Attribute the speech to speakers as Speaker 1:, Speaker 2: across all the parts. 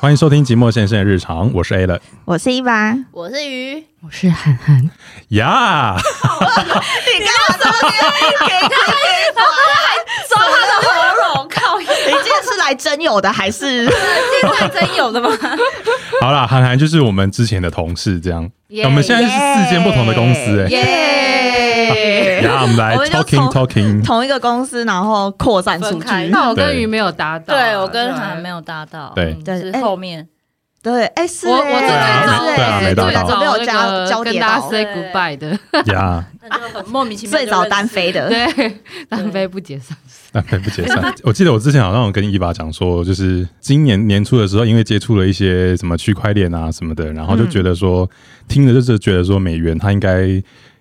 Speaker 1: 欢迎收听《寂寞先生的日常》，我是 A 了
Speaker 2: 我是一八，你
Speaker 3: 我是鱼，
Speaker 4: 我是涵涵，
Speaker 1: 呀。
Speaker 2: 干嘛
Speaker 3: 抓他的喉咙，靠！
Speaker 2: 这么？你这个是来真有的 还是？
Speaker 3: 现在真有的吗？
Speaker 1: 好啦，涵涵就是我们之前的同事，这样。
Speaker 3: 耶
Speaker 1: 我们现在是四间不同的公司、哎欸，
Speaker 2: 耶！
Speaker 1: 呀，我们来
Speaker 2: 我们就
Speaker 1: talking
Speaker 2: 从
Speaker 1: talking。
Speaker 2: 同一个公司，然后扩散出
Speaker 3: 分
Speaker 2: 去。
Speaker 3: 开
Speaker 4: 那我跟
Speaker 1: 对
Speaker 4: 鱼没有搭啊档，
Speaker 3: 对我跟韩没有搭到，
Speaker 1: 对
Speaker 3: 嗯
Speaker 2: 对
Speaker 3: 是
Speaker 2: 哎
Speaker 3: 后面
Speaker 2: 对，哎，是
Speaker 4: 我我
Speaker 2: 哎
Speaker 4: 最
Speaker 1: 对啊
Speaker 4: 早
Speaker 2: 是哎
Speaker 1: 对啊没
Speaker 4: 最
Speaker 1: 搭到
Speaker 2: 最
Speaker 4: 早
Speaker 2: 早没有
Speaker 4: 那
Speaker 2: 交
Speaker 4: 个
Speaker 2: 交
Speaker 4: 跟
Speaker 2: 叠
Speaker 4: 大家
Speaker 2: 到，
Speaker 4: say
Speaker 3: 对
Speaker 4: goodbye 的，
Speaker 1: 呀，
Speaker 3: 那就很莫名其妙就
Speaker 2: 最
Speaker 3: 认识。
Speaker 2: 早单飞的，
Speaker 4: 对，浪费不解散。
Speaker 1: 那可以不解散。我记得我之前好像有跟伊爸讲说，就是今年年初的时候，因为接触了一些什么区块链啊什么的，然后就觉得说，听着就是觉得说美元它应该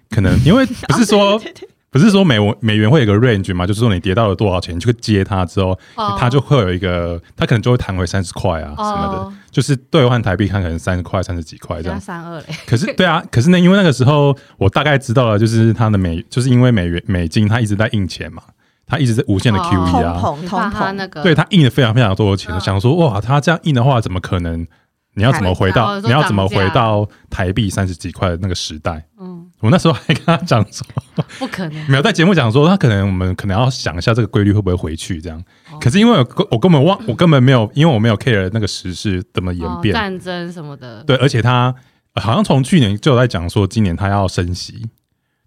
Speaker 1: 可能，因为不是说不是说美元美元会有个 range 嘛，就是说你跌到了多少钱，你去接它之后，
Speaker 4: 哦
Speaker 1: 它就会有一个，它可能就会弹回三十块啊什么的，
Speaker 4: 哦
Speaker 1: 就是兑换台币，它可能三十块、三十几块这
Speaker 4: 加
Speaker 1: 样。
Speaker 4: 三二嘞，
Speaker 1: 可是对啊，可是呢，因为那个时候我大概知道了，就是它的美，就是因为美元美金它一直在印钱嘛，它一直在无限的
Speaker 4: 哦
Speaker 1: QE
Speaker 2: 通
Speaker 1: 啊，
Speaker 2: 膨通
Speaker 4: 怕他
Speaker 2: 膨，
Speaker 4: 那个
Speaker 1: 对它印了非常非常多的钱，我
Speaker 3: 嗯
Speaker 1: 想说哇，它这样印的话，怎么可能？你要怎么回
Speaker 4: 还
Speaker 1: 到
Speaker 4: 会涨
Speaker 1: 你要怎么
Speaker 4: 哦说
Speaker 1: 回
Speaker 4: 涨价
Speaker 1: 到台币三十几块的那个时代？
Speaker 4: 嗯，
Speaker 1: 我那时候还跟他讲说，
Speaker 4: 不可能，
Speaker 1: 没有在节目讲说，他可能我们可能要想一下这个规律会不会回去这样。
Speaker 4: 哦
Speaker 1: 可是因为我我根本忘，我根本没有，因为我没有 care 那个时事怎 么演
Speaker 4: 哦
Speaker 1: 变，
Speaker 4: 战争什么的，
Speaker 1: 对，而且他呃好像从去年就有在讲说，今年他要升息，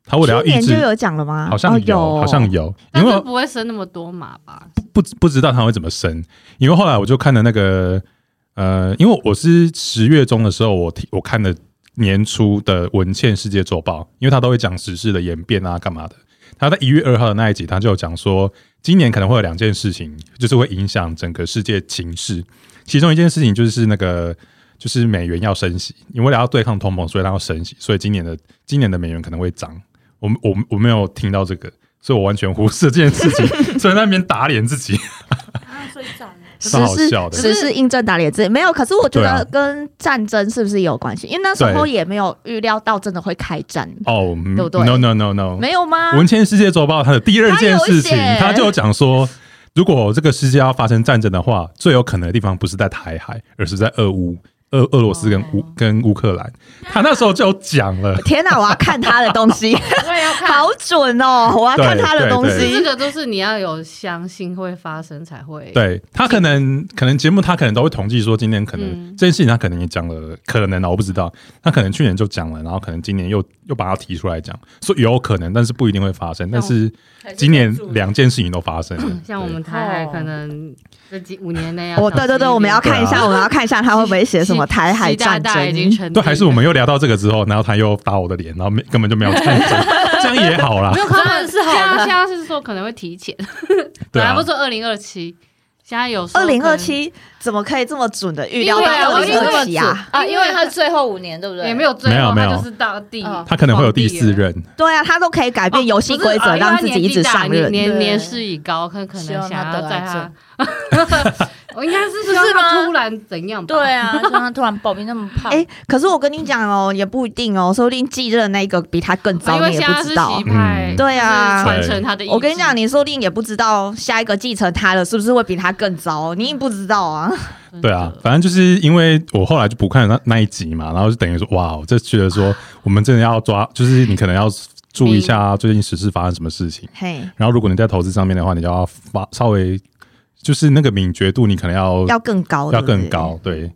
Speaker 1: 他为了要
Speaker 2: 去
Speaker 1: 抑
Speaker 2: 年就
Speaker 1: 制，
Speaker 2: 有讲了吗？
Speaker 1: 好像
Speaker 2: 哦
Speaker 1: 有，好像
Speaker 2: 有
Speaker 1: 有，因
Speaker 4: 但
Speaker 1: 为
Speaker 4: 是
Speaker 1: 我
Speaker 4: 不会生那么多码吧？
Speaker 1: 不不知道他会怎么升，因为后来我就看了那个呃，因为我是十月中的时候，我听我看的年初的文茜世界周报，因为他都会讲时事的演变啊，干嘛的。他在一月二号的那一集，他就有讲说，今年可能会有两件事情，就是会影响整个世界情势。其中一件事情就是那个，就是美元要升息，因为要对抗通膨，所以它要升息，所以今年的今年的美元可能会涨。我我我没有听到这个，所以我完全忽视这件事情， 所以在那边打脸自己，
Speaker 3: 啊， 所以涨
Speaker 1: 超好笑的。
Speaker 2: 时事印证打脸字没有，可是我觉
Speaker 1: 对啊
Speaker 2: 得跟战争是不是也有关系？因为那时候
Speaker 1: 对
Speaker 2: 也没有预料到真的会开战，
Speaker 1: 哦嗯
Speaker 2: 对不对
Speaker 1: ，no no no no，
Speaker 2: 没啊有吗？
Speaker 1: 文茜世界周报它的第二件事情
Speaker 2: 它有写，
Speaker 1: 它就有讲说，如果这个世界要发生战争的话，最有可能的地方不是在台海，而是在俄乌、俄俄罗斯跟乌、跟乌克兰。他那时候就有讲了，
Speaker 2: 天哪，我要看他的东西，
Speaker 4: 我也要看，
Speaker 2: 好准哦！我要看他的东
Speaker 1: 对
Speaker 4: 这
Speaker 2: 西。
Speaker 4: 个都是你要有相信会发生才会。
Speaker 1: 对他可能可能节目他可能都会统计说，今年可能、
Speaker 4: 嗯
Speaker 1: 这件事情他可能也讲了，可能啊我不知道，他可能去年就讲了，然后可能今年又又把它提出来讲，说有可能，但是不一定会发生，但是今年两件事情都发生了，
Speaker 4: 像我们台海可能这几五年内啊，
Speaker 2: 我哦对对对，我们要看一
Speaker 1: 对
Speaker 2: 下，我们要看一下他会不会写什么台海战
Speaker 4: 大已经
Speaker 2: 争。
Speaker 4: 成
Speaker 1: 对，还是我们又聊到这个之后，然后他又打我的脸，然后没根本就没有战 争，这样也好啦
Speaker 4: 没，有他
Speaker 3: 真
Speaker 4: 们
Speaker 3: 的是好的
Speaker 4: 现在现在是说可能会提前，
Speaker 1: 对
Speaker 4: 本来
Speaker 1: 啊
Speaker 4: 不，说二零二七，现在有
Speaker 2: 二零二。七怎么可以这么准的预料到
Speaker 4: 对啊
Speaker 2: 二
Speaker 4: 我
Speaker 2: 零
Speaker 4: 因为
Speaker 2: 二七啊？
Speaker 3: 啊，因为他最后五年对不对？
Speaker 4: 也没有最
Speaker 1: 没有
Speaker 4: 后，
Speaker 1: 没有
Speaker 4: 他就是到第
Speaker 3: 哦，
Speaker 1: 他可能会有第四任，
Speaker 2: 对啊，他都可以改
Speaker 4: 皇帝了。
Speaker 2: 变游戏规
Speaker 4: 哦
Speaker 2: 则，
Speaker 4: 不是哦
Speaker 2: 让自己一直上
Speaker 4: 因为他
Speaker 2: 任。
Speaker 4: 年纪大
Speaker 3: 对
Speaker 4: 年年年事已高，可可能想要在
Speaker 3: 希 望
Speaker 4: 他，我应该是希望
Speaker 3: 是吗
Speaker 4: 他突然怎样吧？
Speaker 3: 对 啊，就让他突然暴毙那么胖，
Speaker 2: 哎、可是我跟你讲哦，也不一定哦，说不定继任那一个比他更
Speaker 4: 啊，
Speaker 2: 糟，
Speaker 4: 因为
Speaker 2: 你也
Speaker 4: 现在
Speaker 2: 不
Speaker 4: 是
Speaker 2: 知道
Speaker 4: 习。派
Speaker 1: 嗯，
Speaker 2: 对啊
Speaker 4: 是传承他的意志。
Speaker 2: 我跟你讲，你说不定也不知道下一个继承他的是不是会比他更糟，你也不知道啊。
Speaker 4: 真的
Speaker 1: 对啊，反正就是因为我后来就不看那那一集嘛，然后就等于说，哇，我就觉得说，我们真的要抓，就是你可能要注意一
Speaker 4: 嗯
Speaker 1: 下最近时事发生什么事情。
Speaker 2: 嘿，
Speaker 1: 然后，如果你在投资上面的话，你就要发稍微就是那个敏觉度，你可能要
Speaker 2: 要更高，
Speaker 1: 要
Speaker 2: 对不
Speaker 1: 更
Speaker 2: 对。
Speaker 1: 高。对，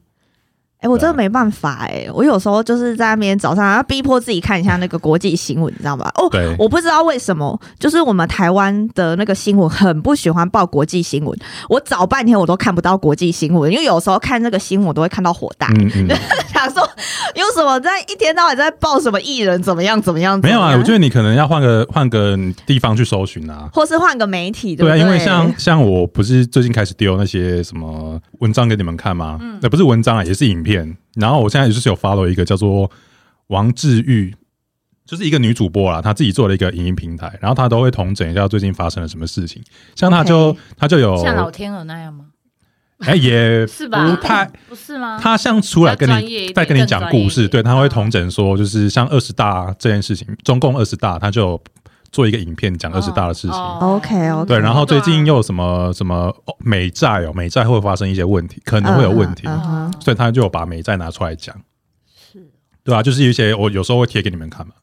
Speaker 2: 哎、我真
Speaker 1: 对
Speaker 2: 的
Speaker 1: 啊
Speaker 2: 没办法哎、我有时候就是在那边早上要逼迫自己看一下那个国际新闻，你知道吧？哦
Speaker 1: 对，
Speaker 2: 我不知道为什么，就是我们台湾的那个新闻很不喜欢报国际新闻，我找半天我都看不到国际新闻，因为有时候看那个新闻我都会看到火大，
Speaker 1: 嗯嗯，
Speaker 2: 想说有什么在一天到晚在报什么艺人怎么样怎么样？
Speaker 1: 没有啊，
Speaker 2: 怎么样
Speaker 1: 我觉得你可能要换个换个地方去搜寻啊。
Speaker 2: 或是换个媒体，
Speaker 1: 对
Speaker 2: 不
Speaker 1: 啊，
Speaker 2: 对？
Speaker 1: 因为 像像我不是最近开始丢那些什么文章给你们看吗？
Speaker 2: 嗯
Speaker 1: 那、不是文章啊，也是影片。然后我现在就是有 follow 一个叫做王治愈，就是一个女主播啦，她自己做了一个影音平台，然后她都会统整一下最近发生了什么事情。像她就
Speaker 2: OK
Speaker 1: 她就有
Speaker 3: 像老天鹅那样吗？
Speaker 1: 哎、 也
Speaker 3: 是吧
Speaker 1: 不太，
Speaker 3: 不是吗？
Speaker 1: 她像出来跟
Speaker 4: 比较专业
Speaker 1: 你
Speaker 4: 一点嗯
Speaker 1: 在跟你讲故事，
Speaker 3: 更专业一点
Speaker 1: 对，她会统整说就是像二十大这件事情，中共二十大，她就有做一个影片讲二十大的事情。
Speaker 3: 哦
Speaker 2: OK OK，
Speaker 4: 嗯
Speaker 1: 对，然后最近
Speaker 3: 对啊
Speaker 1: 又有什么什么哦美债哦，美债会发生一些问题，可能会有问题，
Speaker 2: 嗯哼
Speaker 1: 所以他就有把美债拿出来讲，
Speaker 3: 是
Speaker 1: 对啊，就是一些我有时候会贴给你们看嘛，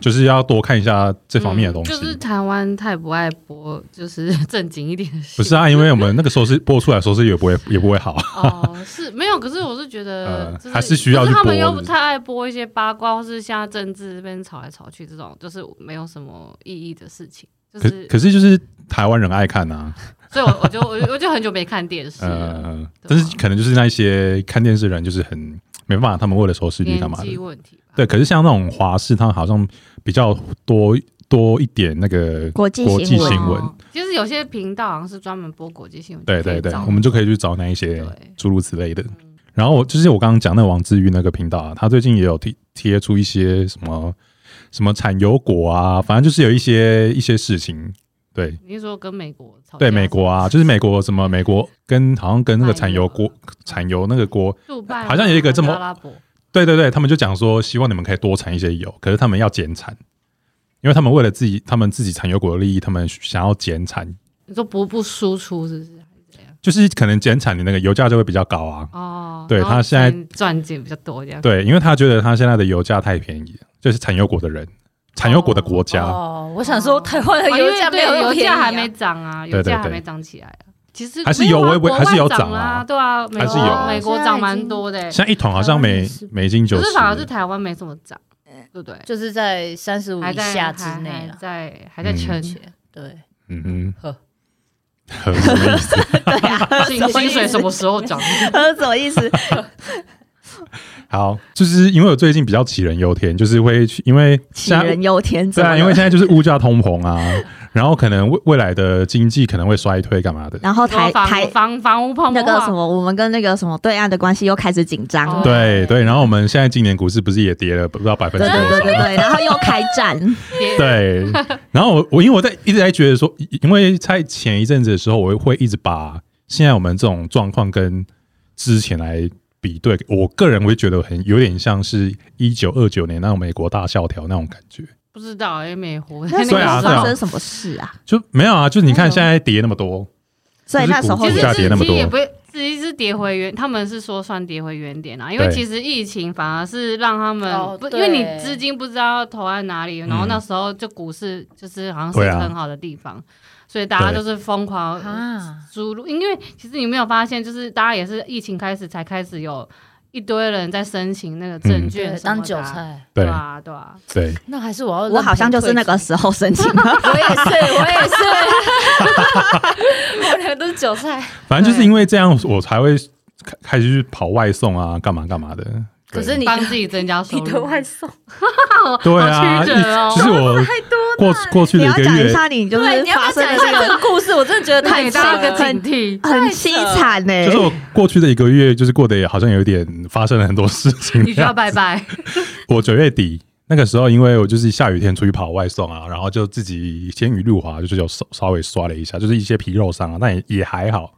Speaker 1: 就是要多看一下这方面的东西。
Speaker 4: 嗯就是台湾太不爱播，就是正经一点的事。
Speaker 1: 不是啊，因为我们那个时候是播出来的时候是也不会也不会好，
Speaker 4: 哦， 是没有，可是我是觉得
Speaker 1: 呃、
Speaker 4: 就
Speaker 1: 还是需要
Speaker 4: 可
Speaker 1: 去
Speaker 4: 是他们
Speaker 1: 播
Speaker 4: 又
Speaker 1: 是不
Speaker 4: 不
Speaker 1: 是
Speaker 4: 太爱播一些八卦，或是现在政治这边吵来吵去，这种就是没有什么意义的事情。就
Speaker 1: 可
Speaker 4: 是，
Speaker 1: 可是就是台湾人爱看啊，
Speaker 4: 所以我我就我就我就很久没看电视了，
Speaker 1: 呃，
Speaker 4: 对
Speaker 1: 但
Speaker 4: 啊
Speaker 1: 是可能就是那一些看电视的人就是很没办法，他们为了收视率干
Speaker 4: 年
Speaker 1: 嘛的
Speaker 4: 纪，问题吧。
Speaker 1: 对，可是像那种华视，他们好像比较多多一点那个
Speaker 2: 国际
Speaker 1: 国际
Speaker 2: 新闻
Speaker 1: 新闻，
Speaker 4: 哦其实有些频道好像是专门播国际新闻，
Speaker 1: 对
Speaker 4: 可以
Speaker 1: 对对
Speaker 4: 找，
Speaker 1: 我们就可以去找那一些
Speaker 4: 对
Speaker 1: 诸如此类的。然后我就是我刚刚讲那个王志玉那个频道啊，他最近也有贴贴出一些什么什么产油果啊，反正就是有一些一些事情，对
Speaker 4: 你是说跟美国吵架
Speaker 1: 对，美国啊，就是美国什么美国跟好像跟那个产油国产油那个国，
Speaker 4: 杜拜
Speaker 1: 好像有一个这么
Speaker 4: 阿拉伯，
Speaker 1: 对对对，他们就讲说希望你们可以多产一些油，可是他们要减产，因为他们为了自己他们自己产油国的利益，他们想要减产，
Speaker 4: 你说不不输出是不是？
Speaker 1: 就是可能减产你那个油价就会比较高啊，
Speaker 4: 哦，
Speaker 1: 对
Speaker 4: 然后
Speaker 1: 他现在
Speaker 4: 赚赚钱比较多这 样。
Speaker 1: 对，因为他觉得他现在的油价太便宜了，就是产油国的人，产油国的国家，
Speaker 3: 哦，我想说台湾的
Speaker 4: 啊因
Speaker 3: 油
Speaker 4: 为
Speaker 3: 价没
Speaker 4: 对
Speaker 3: 有那么
Speaker 4: 油
Speaker 3: 便宜
Speaker 4: 价
Speaker 3: 啊
Speaker 4: 还没涨啊，油
Speaker 1: 对对
Speaker 4: 价还
Speaker 1: 对
Speaker 4: 没涨起来啊。其实
Speaker 1: 还是
Speaker 4: 没
Speaker 1: 有微微
Speaker 4: 国外
Speaker 1: 还是有涨
Speaker 4: 涨
Speaker 1: 啊
Speaker 4: 啊，对啊，美
Speaker 1: 还是
Speaker 4: 国
Speaker 1: 有
Speaker 4: 美国
Speaker 3: 现在
Speaker 4: 涨
Speaker 3: 已
Speaker 4: 蛮
Speaker 3: 经
Speaker 4: 多的欸，
Speaker 1: 现在一桶好像
Speaker 3: 台湾
Speaker 1: 美
Speaker 3: 也是
Speaker 1: 美金九
Speaker 4: 可
Speaker 1: 十
Speaker 4: 是，反而是台湾没怎么涨，
Speaker 2: 嗯
Speaker 4: 对不对？
Speaker 3: 就是在三十五
Speaker 4: 还
Speaker 3: 以
Speaker 4: 在
Speaker 3: 下之内
Speaker 4: 还
Speaker 2: 啊
Speaker 3: 了。
Speaker 4: 在还在
Speaker 1: 嗯
Speaker 4: 撑，
Speaker 3: 对，
Speaker 1: 嗯
Speaker 3: 呵
Speaker 1: 哼，什么意思？
Speaker 4: 薪薪水什么时 候涨？
Speaker 2: 呃，什么意思？
Speaker 1: 好，就是因为我最近比较杞人忧天，就是会去，因为
Speaker 2: 杞
Speaker 1: 现在
Speaker 2: 人忧天，
Speaker 1: 对啊，
Speaker 2: 怎么了
Speaker 1: 因为现在就是物价通膨啊，然后可能未未来的经济可能会衰退干嘛的，
Speaker 2: 然后台
Speaker 4: 房
Speaker 2: 台
Speaker 4: 房房屋泡沫啊
Speaker 2: 那个
Speaker 4: 化
Speaker 2: 什么，我们跟那个什么对岸的关系又开始紧张了。
Speaker 4: 哦
Speaker 1: 对对，然后我们现在今年股市不是也跌了不知道百分之
Speaker 2: 对
Speaker 1: 多
Speaker 2: 对对
Speaker 1: 少
Speaker 2: 对？对，然后又开战，
Speaker 4: 跌
Speaker 1: 对，然后我我因为我在一直在觉得说，因为在前一阵子的时候，我会一直把现在我们这种状况跟之前来比对，我个人会觉得很有点像是一九二九年那种美国大萧条那种感觉，
Speaker 4: 不知道也美国
Speaker 2: 那
Speaker 4: 那
Speaker 2: 时
Speaker 1: 对啊
Speaker 2: 候
Speaker 4: 个
Speaker 1: 对啊
Speaker 2: 发生什么事啊？
Speaker 1: 就没有啊，就是你看现在跌那么多，
Speaker 2: 所以那时候
Speaker 1: 就是
Speaker 4: 其
Speaker 1: 股
Speaker 4: 实
Speaker 1: 价
Speaker 4: 是
Speaker 1: 跌那么多
Speaker 4: 其实也不会，其实是跌回原，他们是说算跌回原点啊啦，因为
Speaker 1: 对
Speaker 4: 其实疫情反而是让他们、
Speaker 3: 哦
Speaker 4: 不，因
Speaker 3: 对
Speaker 4: 为你资金不知道要投在哪里，然后
Speaker 1: 嗯
Speaker 4: 那时候就股市就是好像是
Speaker 1: 对
Speaker 4: 一
Speaker 1: 啊
Speaker 4: 个很好的地方，所以大家
Speaker 1: 对
Speaker 4: 就是疯狂
Speaker 3: 啊，
Speaker 4: 输入，因为其实你没有发现，就是大家也是疫情开始才开始有一堆人在申请那个证券、
Speaker 3: 对，当韭，菜，
Speaker 1: 对
Speaker 4: 嗯对啊对啊，
Speaker 1: 对，
Speaker 3: 那还是我要，
Speaker 2: 我好像就是那个， 时候申请的，
Speaker 3: 我也是，我也是， 我两个都是韭菜。
Speaker 1: 反正就是因为这样，我才会开开始去跑外送啊，干嘛干嘛的。对
Speaker 3: 可是 你
Speaker 4: 帮自己增加收入，
Speaker 3: 送，
Speaker 1: 对啊，
Speaker 4: 哦好
Speaker 1: 一
Speaker 4: 曲折哦
Speaker 1: 就是我 过过去
Speaker 2: 你
Speaker 1: 的一
Speaker 2: 要
Speaker 1: 个
Speaker 2: 讲一
Speaker 1: 月，
Speaker 2: 下你就
Speaker 3: 对，
Speaker 2: 是
Speaker 3: 你要不
Speaker 2: 发
Speaker 3: 要讲一
Speaker 2: 生的这
Speaker 3: 下这
Speaker 2: 个
Speaker 3: 个故事？我真的觉得太
Speaker 4: 给大家
Speaker 3: 扯
Speaker 4: 一个
Speaker 3: 了
Speaker 4: 警 惕。
Speaker 2: 很凄惨欸呢
Speaker 1: 就是。我过去的一个月，就是过得也好像有点发生了很多事情，
Speaker 4: 你就要拜拜，
Speaker 1: 我九月底那个时候，因为我就是下雨天出去跑外送啊，然后就自己先雨路滑，就是有稍稍微刷了一下，就是一些皮肉伤啊，但也也还好。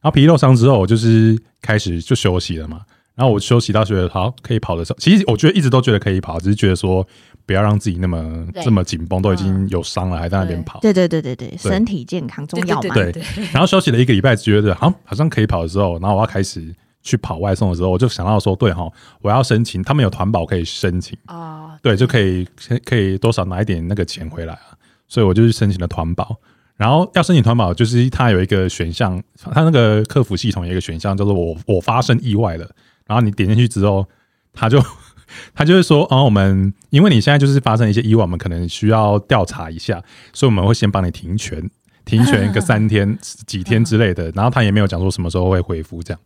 Speaker 1: 然后皮肉伤之后，我就是开始就休息了嘛。然后我休息到觉得好可以跑的时候，其实我觉得一直都觉得可以跑，只是觉得说不要让自己那么
Speaker 3: 对
Speaker 1: 这么紧绷，都已经有伤了，还在那边跑。
Speaker 2: 对对对对对，身体健康重要嘛。
Speaker 1: 对然后休息了一个礼拜，觉得好好像可以跑的时候，然后我要开始去跑外送的时候，我就想到说，对哈，我要申请，他们有团保可以申请。
Speaker 3: 啊，
Speaker 1: 对，就可以可以可以多少拿一点那个钱回来啊。所以我就去申请了团保，然后要申请团保，就是它有一个选项，它那个客服系统有一个选项叫做我我发生意外了，然后你点进去之后，它就 它就会说，哦，我们因为你现在就是发生一些意外，我们可能需要调查一下，所以我们会先帮你停权，停权个三天、几天之类的。然后他也没有讲说什么时候会恢复这样。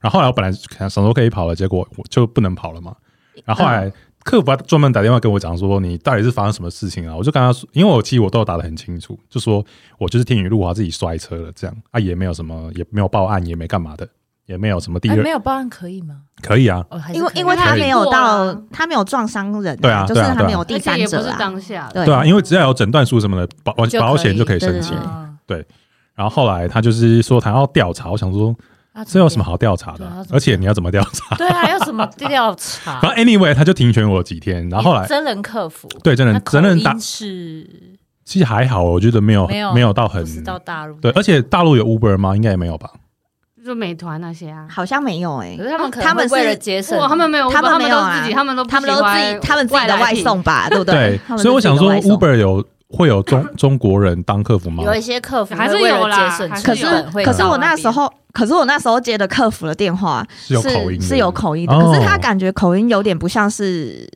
Speaker 1: 然后后来我本来想说可以跑了，结果我就不能跑了嘛。然后后来客服还专门打电话跟我讲说，你到底是发生什么事情啊？我就跟他说，因为我其实我都有打得很清楚，就说我就是天雨路啊滑自己摔车了，这样啊也没有什么，也没有报案，也没干嘛的，也没有什么第
Speaker 3: 哎
Speaker 1: 二、
Speaker 3: 没有报案可以吗？
Speaker 1: 可以啊，
Speaker 3: 哦，还是
Speaker 2: 因为
Speaker 3: 可以
Speaker 2: 因为他
Speaker 1: 可以
Speaker 2: 没有
Speaker 4: 过
Speaker 2: 到
Speaker 4: 啊，
Speaker 2: 他没有撞伤人啊，
Speaker 1: 对啊
Speaker 2: 就是
Speaker 1: 对啊
Speaker 2: 他没有
Speaker 4: 而
Speaker 2: 第
Speaker 4: 且
Speaker 2: 三
Speaker 4: 也不
Speaker 2: 者
Speaker 4: 是
Speaker 2: 啊，
Speaker 4: 当下的，
Speaker 2: 对
Speaker 1: 对啊，因为只要有诊断书什么的，保保
Speaker 3: 就可以
Speaker 1: 保险就可以
Speaker 2: 对
Speaker 1: 申
Speaker 2: 对
Speaker 1: 请。
Speaker 2: 对
Speaker 3: 啊
Speaker 1: 然后后来他就是说他要调查，我想说
Speaker 3: 啊
Speaker 1: 这有什么？好调查的
Speaker 3: 对啊
Speaker 1: 啊？
Speaker 3: 怎么啊
Speaker 1: 而且你要怎么调查？
Speaker 3: 对啊，要什么调查？哎
Speaker 1: 然后 anyway 哎他就停权我几天，然后后来
Speaker 3: 真人客服，
Speaker 1: 对真人
Speaker 3: 那口
Speaker 1: 真人打
Speaker 3: 音是
Speaker 1: 其实还好，我觉得没有
Speaker 3: 没有
Speaker 1: 没有到很
Speaker 3: 不是到大陆，
Speaker 1: 对，而且大陆有 Uber 吗？应该也没有吧。
Speaker 4: 就美团那些啊。
Speaker 2: 好像没有哎、
Speaker 3: 可是他们可能
Speaker 2: 他们
Speaker 3: 会为了
Speaker 2: 是
Speaker 3: 节省，
Speaker 4: 哇，他们没有，
Speaker 2: 他们
Speaker 4: 他
Speaker 2: 没
Speaker 4: 们
Speaker 2: 有
Speaker 4: 都
Speaker 2: 啊
Speaker 4: 自己，他们都不
Speaker 2: 他们都
Speaker 4: 喜
Speaker 2: 自
Speaker 4: 欢
Speaker 2: 己他们自己的
Speaker 4: 来
Speaker 2: 外
Speaker 4: 品
Speaker 2: 送吧，对不
Speaker 1: 对，
Speaker 2: 他们
Speaker 1: 所以我
Speaker 2: 自己
Speaker 1: 想
Speaker 2: 的
Speaker 1: 说
Speaker 2: 外送
Speaker 1: ，Uber 有会有中中国人当客服吗？
Speaker 3: 有一些客服
Speaker 4: 还是
Speaker 3: 会为了
Speaker 4: 有啦
Speaker 3: 节省
Speaker 4: 还是
Speaker 2: 可
Speaker 3: 成
Speaker 2: 是
Speaker 4: 有
Speaker 3: 本会
Speaker 2: 可是
Speaker 3: 搞
Speaker 2: 我
Speaker 4: 到
Speaker 2: 那
Speaker 4: 那
Speaker 2: 时
Speaker 4: 边
Speaker 2: 候，可是我那时候接的客服的电话
Speaker 1: 是有口音的，
Speaker 2: 是有口音的，
Speaker 1: 哦
Speaker 2: 可是他感觉口音有点不像是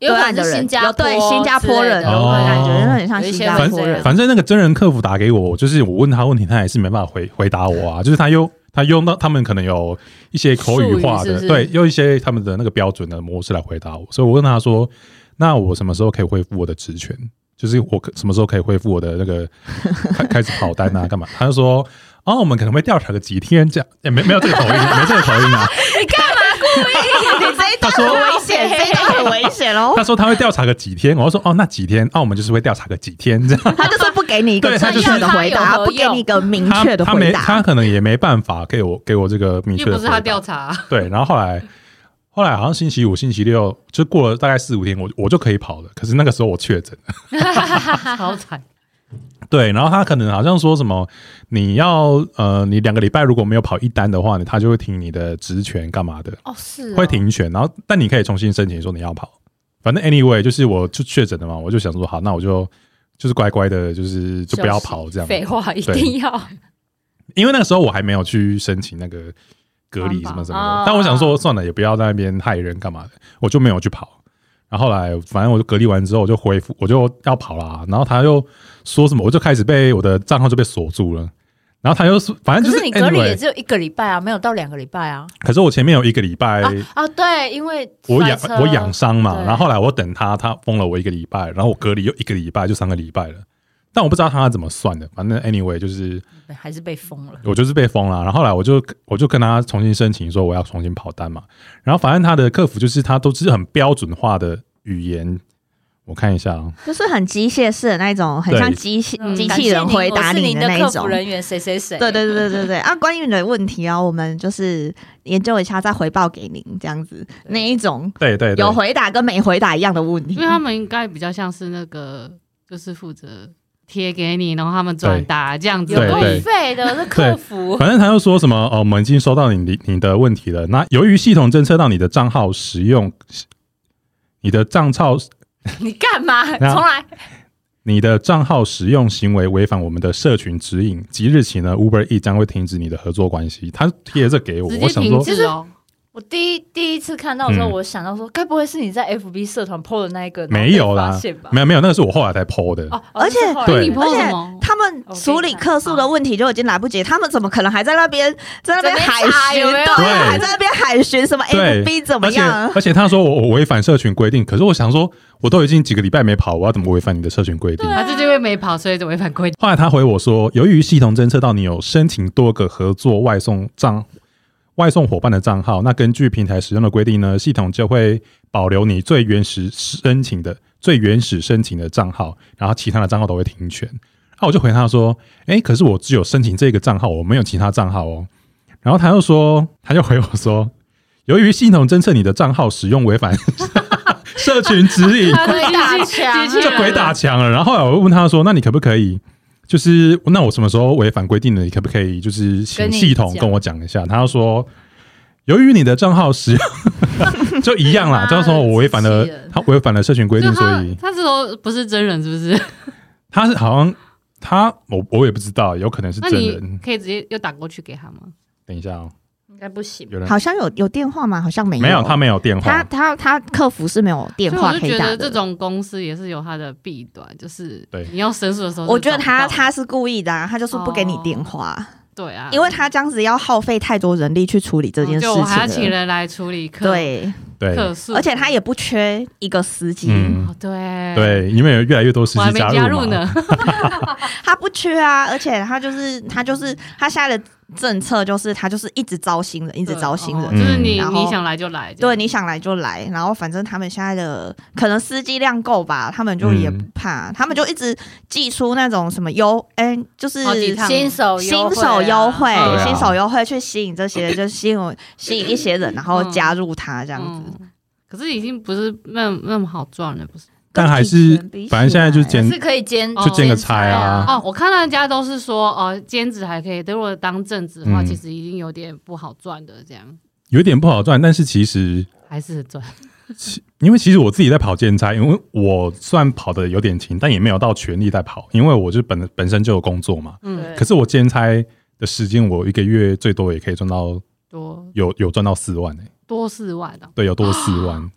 Speaker 3: 有可
Speaker 2: 对
Speaker 3: 能
Speaker 2: 岸的
Speaker 3: 是
Speaker 2: 人
Speaker 3: 新加坡
Speaker 2: 有对新加坡人，
Speaker 1: 哦
Speaker 2: 我感觉有
Speaker 1: 哦
Speaker 2: 点像
Speaker 3: 有一
Speaker 2: 新
Speaker 3: 些
Speaker 2: 加
Speaker 3: 会
Speaker 2: 坡
Speaker 3: 这
Speaker 2: 人
Speaker 3: 样。
Speaker 1: 反正那个真人客服打给我，就是我问他问题，他也是没办法回回答我啊。就是他用他用到他们可能有一些口语化
Speaker 3: 术语
Speaker 1: 的，
Speaker 3: 是不是
Speaker 1: 对，用一些他们的那个标准的模式来回答我。所以我问他说：“那我什么时候可以恢复我的职权？就是我可什么时候可以恢复我的那个 开开始跑单啊？干嘛？”他就说。哦，我们可能会调查个几天，这样也、没没有这 个口音，没这个口音啊。
Speaker 2: 你这一段
Speaker 1: 他说
Speaker 2: 很危险，这一段很危险哦。
Speaker 1: 他说他会调查个几天，我就说哦，那几天，澳门就是会调查个几天这样。
Speaker 2: 他就是不给你一个
Speaker 1: 对他
Speaker 2: 正
Speaker 1: 就是
Speaker 2: 确的回
Speaker 3: 他
Speaker 2: 答，
Speaker 3: 有
Speaker 2: 不给你一个明
Speaker 1: 他
Speaker 2: 确的
Speaker 1: 他
Speaker 2: 回
Speaker 1: 没他
Speaker 2: 答。
Speaker 1: 可能也没办法给我给我这个明确
Speaker 4: 又
Speaker 1: 的
Speaker 4: 不
Speaker 1: 回
Speaker 4: 是
Speaker 1: 答。
Speaker 4: 他调查，
Speaker 1: 对，然后后来后来好像星期五、星期六就过了大概四五天，我我就可以跑了。可是那个时候我确诊了，
Speaker 4: 超 惨。
Speaker 1: 对，然后他可能好像说什么你要呃，你两个礼拜如果没有跑一单的话，他就会停你的职权干嘛的，
Speaker 3: 哦是哦
Speaker 1: 会停权。然后但你可以重新申请说你要跑，反正 anyway 就是我就确诊了嘛，我就想说好，那我就就是乖乖的，就是就不要跑这样。
Speaker 3: 废话一
Speaker 1: 对
Speaker 3: 定要
Speaker 1: 因为那个时候我还没有去申请那个隔离什么什么
Speaker 3: 哦
Speaker 1: 的，但我想说算了，也不要在那边害人干嘛的，我就没有去跑。然后后来反正我就隔离完之后，我就恢复，我就要跑啦。然后他又说什么，我就开始被我的账号就被锁住了。然后他又说，反
Speaker 3: 可
Speaker 1: 正就是是
Speaker 3: 你隔离
Speaker 1: anyway，
Speaker 3: 也只有一个礼拜啊，没有到两个礼拜啊。
Speaker 1: 可是我前面有一个礼拜，
Speaker 3: 啊啊，对，因为
Speaker 1: 我养
Speaker 3: 摔车啊
Speaker 1: 我养伤嘛，
Speaker 3: 对
Speaker 1: 然后后来我等他，他封了我一个礼拜，然后我隔离又一个礼拜，就三个礼拜了。但我不知道他怎么算的，反正 anyway 就是
Speaker 3: 还是被封了。
Speaker 1: 我就是被封了，然后后来我就我就跟他重新申请说我要重新跑单嘛，然后反正他的客服就是他都是很标准化的语言，我看一下啊，
Speaker 2: 就是很机械式的那一种，很像
Speaker 1: 对
Speaker 2: 机器
Speaker 4: 嗯
Speaker 2: 机器人回答
Speaker 3: 感谢
Speaker 2: 你
Speaker 3: 您我是您
Speaker 2: 那
Speaker 3: 的
Speaker 2: 一
Speaker 3: 客
Speaker 2: 种
Speaker 3: 服。人员谁谁谁，
Speaker 2: 对对对对对对啊！关于你的问题啊，我们就是研究一下，再回报给您这样子
Speaker 3: 对
Speaker 2: 那一种
Speaker 1: 对对对
Speaker 2: 有，回答跟没回答一样的问题
Speaker 4: 因为。他们应该比较像是那个，就是负责贴给你，然后他们转达这样子
Speaker 3: 有
Speaker 1: 对
Speaker 3: 够
Speaker 4: 而
Speaker 1: 对
Speaker 4: 已。
Speaker 3: 废 的，是客服。
Speaker 1: 反正他又说什么哦，我们已经收到你的你的问题了，那由于系统侦测到你的账号使用，你的账号
Speaker 3: 你干嘛？
Speaker 1: 那
Speaker 3: 重来。
Speaker 1: 你的账号使用行为违反我们的社群指引，即日起呢，Uber E 将会停止你的合作关系。他贴着给我，
Speaker 4: 直
Speaker 1: 我
Speaker 4: 接
Speaker 1: 想
Speaker 4: 停
Speaker 1: 说，
Speaker 4: 止哦，
Speaker 3: 我第一第一次看到的时候，
Speaker 1: 嗯
Speaker 3: 我想到说，该不会是你在 FB 社团 PO 的那一个
Speaker 1: 没有啦，
Speaker 3: 有。
Speaker 1: 没有没有，那个是我后来才 PO 的。
Speaker 3: 哦，
Speaker 2: 而且
Speaker 1: 对
Speaker 4: 你 PO 什么？
Speaker 2: 他们处理客诉的问题就已经来不及，他们怎么可能还在那边在那边海巡？
Speaker 3: 这边查有没有
Speaker 2: 对啊，
Speaker 1: 对
Speaker 2: 还在那边海巡什么
Speaker 1: 对
Speaker 2: FB 怎么
Speaker 1: 而且
Speaker 2: 样？啊
Speaker 1: 而且他说我我违反社群规定，可是我想说，我都已经几个礼拜没跑，我要怎么违反你的社群规定？
Speaker 2: 啊
Speaker 4: 他就是因为没跑，所以就违反规定。
Speaker 1: 后来他回我说，由于系统侦测到你有申请多个合作外送账外送伙伴的账号，那根据平台使用的规定呢，系统就会保留你最原始申请的最原始申请的账号，然后其他的账号都会停权。那、我就回他说，诶，可是我只有申请这个账号，我没有其他账号哦。然后他又说，他就回我说，由于系统侦测你的账号使用违反 社群指引，
Speaker 4: 他是
Speaker 3: 鬼打
Speaker 4: 机器
Speaker 2: 啊
Speaker 3: 墙
Speaker 4: 机 器
Speaker 1: 就
Speaker 4: 人
Speaker 1: 鬼打墙了。然后后来我又问他说：“那你可不可以？就是那我什么时候违反规定了？你可不可以就是请
Speaker 3: 跟你
Speaker 1: 系统
Speaker 3: 讲
Speaker 1: 跟我讲一下？”他就说：“由于你的账号使用 就一样 啦，
Speaker 3: 妈的
Speaker 1: 就是说我违反了
Speaker 3: 机器人
Speaker 1: 他违反了社群规
Speaker 4: 就
Speaker 1: 定，所
Speaker 4: 他
Speaker 1: 以
Speaker 4: 他这时候不是真人是不是？
Speaker 1: 他是好像他我我也不知道，有可能是
Speaker 4: 那
Speaker 1: 真
Speaker 4: 你
Speaker 1: 人。
Speaker 4: 可以直接又打过去给他吗？
Speaker 1: 等一下哦，
Speaker 3: 应该不行。
Speaker 1: 有人
Speaker 2: 好像有有电话吗？好像没有，
Speaker 1: 没有他没有电
Speaker 2: 他
Speaker 1: 话，
Speaker 2: 他他客服是没有电
Speaker 4: 所以
Speaker 2: 话
Speaker 4: 我就
Speaker 2: 可
Speaker 4: 觉
Speaker 2: 以打
Speaker 4: 得
Speaker 2: 的
Speaker 4: 这。种公司也是有它的弊端，就是
Speaker 1: 对
Speaker 4: 你要申诉的时候就找不到，
Speaker 2: 我觉得他他是故意的、啊，他就是不给你
Speaker 4: 哦
Speaker 2: 电话，
Speaker 4: 对啊，哦
Speaker 2: 因为他这样子要耗费太多人力去处理这件事
Speaker 4: 就
Speaker 2: 情
Speaker 4: 我还要请
Speaker 2: 了。
Speaker 4: 人来处理客
Speaker 2: 对，啊
Speaker 1: 对
Speaker 4: 客诉，
Speaker 2: 而且他也不缺一个司机，
Speaker 1: 嗯
Speaker 4: 哦对，
Speaker 1: 对，因为有越来越多司
Speaker 4: 我还
Speaker 1: 机
Speaker 4: 没
Speaker 1: 加
Speaker 4: 加
Speaker 1: 入
Speaker 4: 入
Speaker 1: 嘛。
Speaker 4: 呢，
Speaker 2: 他不缺啊，而且他就是他就是他现在的政策就是他就是一直招新 人，一
Speaker 4: 一
Speaker 2: 直招新人。
Speaker 1: 嗯
Speaker 4: 就是你
Speaker 2: 然后
Speaker 4: 你想来就来，
Speaker 2: 对，你想来就来，然后反正他们现在的可能司机量够吧，他们就也不
Speaker 1: 嗯
Speaker 2: 怕，他们就一直寄出那种什么优，哎、就是
Speaker 4: 好几趟
Speaker 3: 新手优惠啊
Speaker 2: 新手优惠、
Speaker 4: 对
Speaker 1: 啊
Speaker 2: 新手优惠去吸引这些，就吸引我吸引一些人，然后
Speaker 4: 嗯
Speaker 2: 加入他这样子。
Speaker 4: 嗯可是已经不是那那么好赚了，不是？
Speaker 1: 但还
Speaker 2: 跟以
Speaker 1: 是
Speaker 2: 前比起
Speaker 1: 反正现在就是
Speaker 2: 来
Speaker 1: 兼
Speaker 3: 是可以兼
Speaker 1: 就兼个差啊
Speaker 4: 哦，我看到人家都是说，哦，兼职还可以，但如果当正职的话，
Speaker 1: 嗯
Speaker 4: 其实已经有点不好赚的，这样
Speaker 1: 有点不好赚，但是其实
Speaker 4: 还是赚。
Speaker 1: 因为其实我自己在跑兼差，因为我算跑的有点勤，但也没有到全力在跑，因为我就本本身就有工作嘛。
Speaker 4: 嗯，
Speaker 1: 可是我兼差的时间，我一个月最多也可以赚到
Speaker 4: 多
Speaker 1: 有有赚到四万诶、
Speaker 4: 多四万啊，
Speaker 1: 对，有多四万。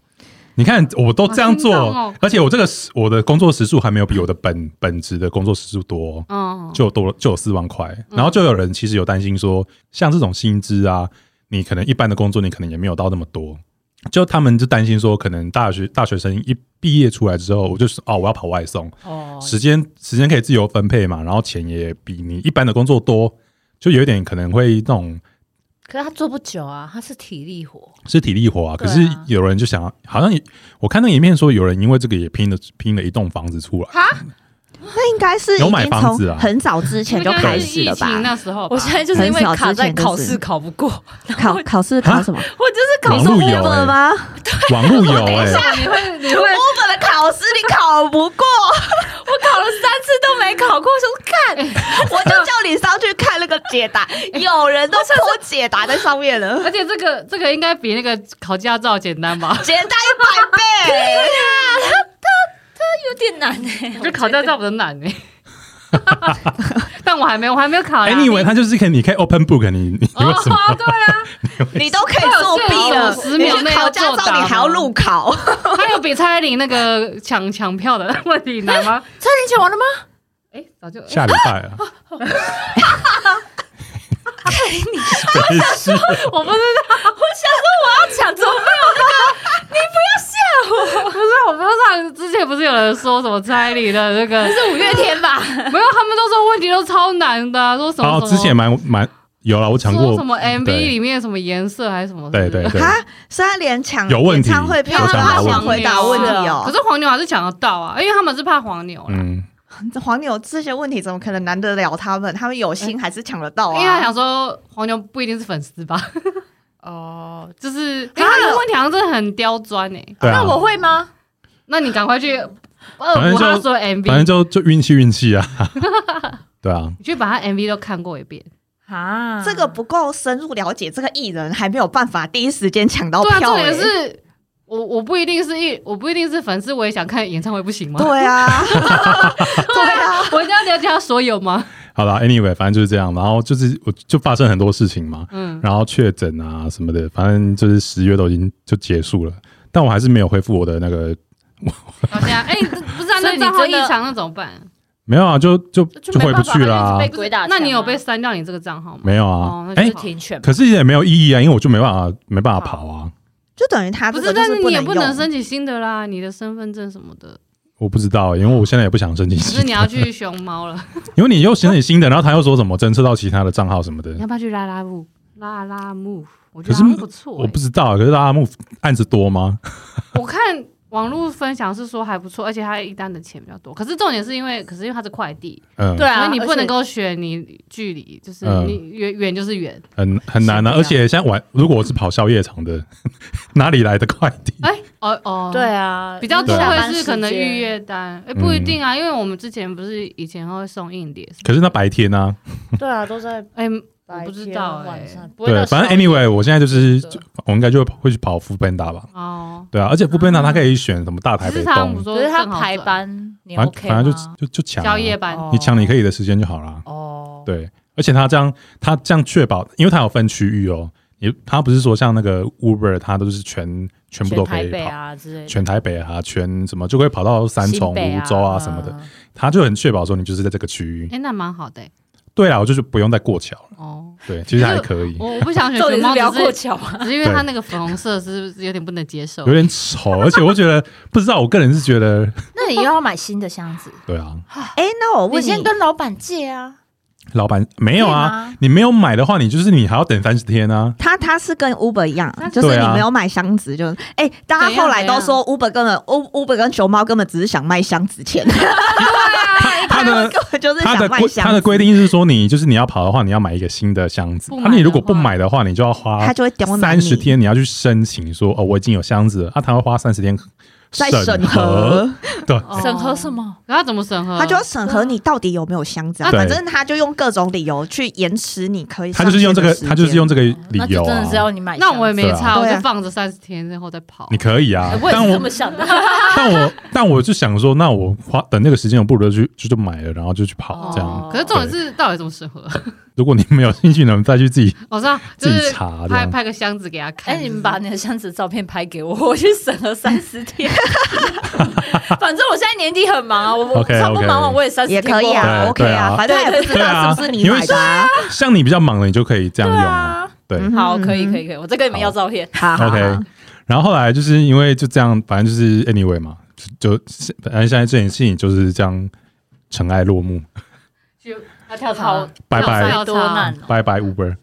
Speaker 1: 你看，我都这样做，
Speaker 4: 好心动哦
Speaker 1: 而且我这个时我的工作时数还没有比我的本本职的工作时数多、哦。
Speaker 4: 嗯，
Speaker 1: 就有多就有四万块，然后就有人其实有担心说，像这种薪资啊，你可能一般的工作你可能也没有到那么多，就他们就担心说，可能大学大学生一毕业出来之后，我就是哦，我要跑外送，
Speaker 4: 哦，
Speaker 1: 时间时间可以自由分配嘛，然后钱也比你一般的工作多，就有一点可能会那种
Speaker 3: 可是他做不久啊，他是体力活，
Speaker 2: 哦
Speaker 1: 是体力活啊。可
Speaker 3: 对啊
Speaker 1: 是有人就想要，好像也我看那影片说，有人因为这个也拼了拼了一栋房子 出来，
Speaker 2: 那应该是已
Speaker 1: 有买
Speaker 2: 经
Speaker 1: 房子
Speaker 2: 从
Speaker 1: 啊
Speaker 2: 很早之前就
Speaker 4: 应该
Speaker 2: 开
Speaker 4: 是
Speaker 2: 始了
Speaker 4: 疫情啊
Speaker 2: 吧？
Speaker 4: 那时候吧，
Speaker 3: 我现在就是因为
Speaker 2: 很早之
Speaker 3: 卡在
Speaker 2: 前就是
Speaker 3: 考试考不过，
Speaker 2: 考 考试考什么？
Speaker 3: 我就是考
Speaker 1: 网
Speaker 3: 试
Speaker 1: 路
Speaker 3: 我
Speaker 1: 有
Speaker 2: 了
Speaker 1: 哎、
Speaker 2: 吗？
Speaker 1: 网路有哎、
Speaker 4: 你会你
Speaker 2: 我
Speaker 4: 会
Speaker 2: 本的考试你考不过，
Speaker 3: 考了三次都没考过，想说看，
Speaker 2: 我就叫你上去看那个解 答，有人都泼解答在上面了，
Speaker 4: 而且这个这个应该比那个考驾照简单 吧？
Speaker 2: 简单一百倍。
Speaker 3: 啊有点难 哎、
Speaker 4: 我觉得考驾照比较难哎、但我还没有，我还没有考啦。啊
Speaker 1: 哎你以为他就是可以，你可以 open book，你你你为什么？
Speaker 4: 哦，对啊，
Speaker 2: 你都可以作弊了，
Speaker 4: 10秒
Speaker 2: 你
Speaker 4: 内
Speaker 2: 去
Speaker 4: 要
Speaker 2: 考驾
Speaker 4: 作答
Speaker 2: 照，你还要路考，
Speaker 4: 他有比蔡依林那个抢抢票的问题难吗？
Speaker 3: 蔡依林讲完了吗？
Speaker 4: 哎、早就、哎
Speaker 1: 下礼拜 啊，没 事，
Speaker 4: 我不知道，
Speaker 3: 我想说我要抢，怎么没有那个？你不要吓我，
Speaker 4: 不是啊我不知道，之前不是有人说什么蔡依林的那个，
Speaker 3: 是五月天吧？
Speaker 4: 没有，他们都说问题都超难的啊、说什么
Speaker 1: 好，
Speaker 4: 什么
Speaker 1: 之前蛮蛮有啦，我抢过嗯
Speaker 4: 说什么 MV
Speaker 1: 对
Speaker 4: 里面什么颜色还是什么
Speaker 1: 对对对，
Speaker 2: 啊，是他连抢
Speaker 1: 有问题
Speaker 2: 演唱会票
Speaker 1: 有
Speaker 2: 都
Speaker 1: 抢答
Speaker 2: 要
Speaker 1: 问
Speaker 2: 先
Speaker 1: 题
Speaker 2: 回答问题
Speaker 4: 啊
Speaker 2: 哦。
Speaker 4: 可是黄牛还是抢得到啊，因为他们是怕黄牛啦。
Speaker 1: 嗯，
Speaker 2: 这黄牛这些问题怎么可能难得了他们？他们有心还是抢得到
Speaker 4: 因为他
Speaker 2: 啊？
Speaker 4: 想说黄牛不一定是粉丝吧，
Speaker 3: 哦，
Speaker 4: 就是因为他的问题好像真的很刁钻哎、
Speaker 1: 对
Speaker 3: 那，
Speaker 1: 啊
Speaker 3: 我会吗？
Speaker 4: 那你赶快去
Speaker 1: 反
Speaker 4: 二
Speaker 1: 正
Speaker 4: 五
Speaker 1: 就
Speaker 4: 他说
Speaker 1: 反正
Speaker 4: MV，
Speaker 1: 就就运气运气 啊，对啊，
Speaker 4: 你去把他 MV 都看过一遍。
Speaker 3: 啊，
Speaker 2: 这个不够深入了解这个艺人，还没有办法第一时间抢到
Speaker 4: 对啊，
Speaker 2: 票
Speaker 4: 重
Speaker 2: 欸。
Speaker 4: 点是我我不一定是一我不一定是粉丝，我也想看演唱会，不行吗？
Speaker 2: 对啊， 对啊，
Speaker 4: 我一定要了解他所有吗？
Speaker 1: 好啦 a n y w a y 反正就是这样，然后就是我就发生很多事情嘛，
Speaker 4: 嗯，
Speaker 1: 然后确诊啊什么的，反正就是十月都已经就结束了，但我还是没有恢复我的那个，
Speaker 4: 好像哎，不是啊，
Speaker 3: 所以
Speaker 4: 那
Speaker 3: 你
Speaker 4: 账号异
Speaker 3: 真的
Speaker 4: 常那怎么办？
Speaker 1: 没有啊，就就就回不去啦、
Speaker 3: 被鬼打、
Speaker 4: 那你有被？删掉你这个账号吗？
Speaker 1: 没有啊
Speaker 4: 哦，那
Speaker 1: 哎、
Speaker 4: 就好
Speaker 3: 停权？
Speaker 1: 可是也没有意义啊，因为我就没办法没办法跑啊，
Speaker 2: 就等于他这
Speaker 4: 不
Speaker 2: 个
Speaker 4: 是，
Speaker 2: 就
Speaker 4: 但是
Speaker 2: 不
Speaker 4: 你也不能
Speaker 2: 用
Speaker 4: 申请新的啦，你的身份证什么的，
Speaker 1: 我不知道，因为我现在也不想申请
Speaker 4: 可
Speaker 1: 新
Speaker 4: 是
Speaker 1: 的，
Speaker 4: 你要去熊猫了，
Speaker 1: 因为你又申请新的，然后他又说什么侦测到其他的账号什么的
Speaker 4: 你，要不要去拉拉木？拉拉木，我觉得
Speaker 1: 可是
Speaker 4: 好像不错欸、
Speaker 1: 我不知道。可是拉拉木案子多吗？
Speaker 4: 我看网络分享是说还不错，而且他一单的钱比较多。可是重点是因为，可是因为它是快递，
Speaker 1: 嗯，
Speaker 3: 对啊，
Speaker 4: 所以你不能
Speaker 3: 而且
Speaker 4: 够选你距离，就是
Speaker 1: 嗯
Speaker 4: 你远远就是远。
Speaker 1: 很很难
Speaker 3: 是
Speaker 1: 啊。
Speaker 3: 这样
Speaker 1: 而且像晚，如果我是跑宵夜场的， 哪里来的快递？
Speaker 4: 哎、哦哦，
Speaker 3: 对。啊，
Speaker 4: 比较多
Speaker 1: 对
Speaker 4: 会是可能预约单，哎、不一定
Speaker 1: 嗯
Speaker 4: 啊，因为我们之前不是以前会送硬碟，
Speaker 1: 可是那白天啊，
Speaker 3: 对啊，都在
Speaker 4: 哎、
Speaker 3: 白天
Speaker 4: 我不知道哎、
Speaker 3: 晚上欸不会
Speaker 1: 对
Speaker 3: 到，
Speaker 1: 反
Speaker 3: 宵
Speaker 1: 正
Speaker 3: 夜
Speaker 1: anyway，我现在就是
Speaker 3: 对
Speaker 1: 我应该就会去跑副班达吧。
Speaker 4: 哦，
Speaker 1: 对啊，而且副班达它可以选什么大台
Speaker 4: 只
Speaker 1: 北
Speaker 4: 是他们
Speaker 1: 东，
Speaker 4: 说
Speaker 3: 可是他
Speaker 4: 更好
Speaker 3: 排
Speaker 4: 赚
Speaker 3: 班，哦你
Speaker 1: 反
Speaker 3: OK
Speaker 1: 反正就就就抢啊
Speaker 4: 宵夜班，
Speaker 1: 你抢你可以的时间就好啦。
Speaker 3: 哦，
Speaker 1: 对，而且它这样，它这样确保，因为它有分区域哦，也它不是说像那个 Uber，它都是全全部
Speaker 3: 全
Speaker 1: 都可
Speaker 3: 台
Speaker 1: 以
Speaker 3: 北
Speaker 1: 跑，
Speaker 3: 啊之类的，
Speaker 1: 全台北啊，全什么就会跑到三
Speaker 3: 新
Speaker 1: 重、
Speaker 3: 北
Speaker 1: 泸州啊什么的，，它就很确保说你就是在这个区域
Speaker 4: 哎、。那蛮好的、欸、
Speaker 1: 对啊，我就是不用再过桥了。
Speaker 4: 哦。
Speaker 1: 对，其实还可以，
Speaker 4: 我我不想选
Speaker 3: 重点
Speaker 4: 熊
Speaker 3: 是
Speaker 4: 猫，
Speaker 3: 不要
Speaker 4: 只
Speaker 3: 过
Speaker 4: 是
Speaker 3: 桥啊，
Speaker 4: 只是因为它那个粉红色是不是有点不能接受
Speaker 1: 有？点丑，而且我觉得不知道，我个人是觉得，
Speaker 3: 那你又要买新的箱子，
Speaker 1: 对啊，
Speaker 2: 哎，那我
Speaker 3: 你
Speaker 2: 问
Speaker 3: 先跟老板借啊，
Speaker 1: 老板没有
Speaker 3: 可以
Speaker 1: 啊
Speaker 3: 吗，
Speaker 1: 你没有买的话，你就是你还要等三十天啊。
Speaker 2: 他他是跟 Uber 一样，就是
Speaker 1: 对
Speaker 2: 你
Speaker 1: 啊
Speaker 2: 没有买箱子，就哎、大家后来都说 Uber 根本 U Uber 跟熊猫根本只是想卖箱子钱，
Speaker 3: 哎
Speaker 1: 他的
Speaker 2: 根本就是
Speaker 1: 它的
Speaker 2: 想卖
Speaker 1: 规
Speaker 2: 箱
Speaker 1: 它的
Speaker 2: 子，
Speaker 1: 规定是说，你就是你要跑的话，你要买一个新的箱子。
Speaker 4: 不
Speaker 1: 那、
Speaker 4: 买
Speaker 1: 你
Speaker 4: 的
Speaker 1: 如果不
Speaker 4: 话
Speaker 1: 买的话，你就要花
Speaker 2: 他就会刁难
Speaker 1: 三
Speaker 2: 你
Speaker 1: 十。天，你要去申请说哦，我已经有箱子了，啊，他会花三十天
Speaker 2: 在审
Speaker 1: 审核，
Speaker 2: 核，
Speaker 3: 审核什？么？
Speaker 4: 可哦他怎么
Speaker 3: 哦
Speaker 4: 审核？
Speaker 2: 他就要审核你到底有没有箱子啊。
Speaker 1: 对
Speaker 2: 反正他就用各种理由去延迟你可以
Speaker 1: 他
Speaker 2: 上
Speaker 1: 就
Speaker 2: 线的
Speaker 1: 是
Speaker 2: 时间。
Speaker 1: 用这个，他就是用这个理
Speaker 3: 那
Speaker 1: 由
Speaker 3: 就真的是
Speaker 1: 啊
Speaker 3: 要。你买箱
Speaker 4: 那
Speaker 3: 子。
Speaker 4: 我也没
Speaker 1: 对啊
Speaker 4: 差，我
Speaker 2: 对
Speaker 4: 就
Speaker 2: 啊
Speaker 4: 放着三十天然后再跑。
Speaker 1: 你可以啊
Speaker 3: 哎，我也
Speaker 1: 但
Speaker 3: 是这
Speaker 1: 我
Speaker 3: 么想的。
Speaker 1: 但我但我就想说，那我花等那个时间，我不如就去就就买了，然后就去跑
Speaker 4: 哦
Speaker 1: 这样。
Speaker 4: 可是重点是到底怎么审核？
Speaker 1: 如果你没有兴趣，你们再去自己
Speaker 4: 我知道，就
Speaker 1: 自己
Speaker 4: 是
Speaker 1: 查这
Speaker 4: 拍
Speaker 1: 样。
Speaker 4: 拍个箱子给他看。
Speaker 3: 哎，你们把你的箱子照片拍给我，我去审核三十天。 反正我现在年底很忙啊，我我
Speaker 1: OK，OK
Speaker 3: 超不忙完我也三十
Speaker 2: 也
Speaker 3: 呃天过
Speaker 2: 可以啊
Speaker 1: 对
Speaker 2: ，OK 啊，
Speaker 1: 对啊
Speaker 2: 反正也不知
Speaker 1: 对啊
Speaker 2: 道是不是你买的啊。
Speaker 1: 像你比较忙了，你就可以这样
Speaker 3: 对
Speaker 1: 用啊。
Speaker 3: 啊，
Speaker 1: 对
Speaker 2: 嗯哼
Speaker 3: 好，可以可以可以，我再跟你们要照片。
Speaker 2: 好好好
Speaker 1: OK，然后后来就是因为就这样，反正就是 anyway 嘛，就就反正现在这件事情就是这样尘埃落幕，
Speaker 4: 去他跳
Speaker 3: 槽
Speaker 1: 拜拜
Speaker 4: 跳
Speaker 3: 多难
Speaker 4: 槽，
Speaker 3: 哦。
Speaker 1: 拜拜 Uber。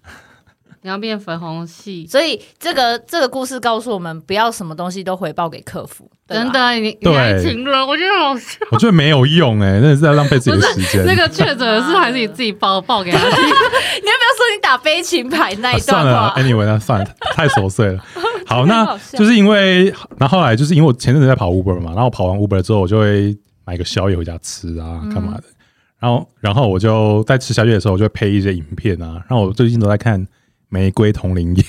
Speaker 4: 你要变粉红系。
Speaker 3: 所以这个这个故事告诉我们，不要什么东西都回报给客服，对吧
Speaker 4: 真。的，你你
Speaker 1: 对
Speaker 4: 还评论，我觉得好笑。
Speaker 1: 我觉得没有用哎、欸，那是在浪费自己的时
Speaker 4: 不
Speaker 1: 间。
Speaker 4: 那个确诊的事还是你自己报报给他听。
Speaker 3: 你要不要说你打悲情牌那
Speaker 1: 啊
Speaker 3: 一段
Speaker 1: 算了
Speaker 3: 话
Speaker 1: 啦？，anyway，那算了，太琐碎了。好，那
Speaker 3: 好笑
Speaker 1: 就是因为，然后后来就是因为我前阵子在跑 Uber 嘛，然后我跑完 Uber 之后，我就会买个宵夜回家吃啊，干嘛的。然后，然后我就在吃宵夜的时候，我就会配一些影片啊。然后我最近都在看《玫瑰同龄眼》，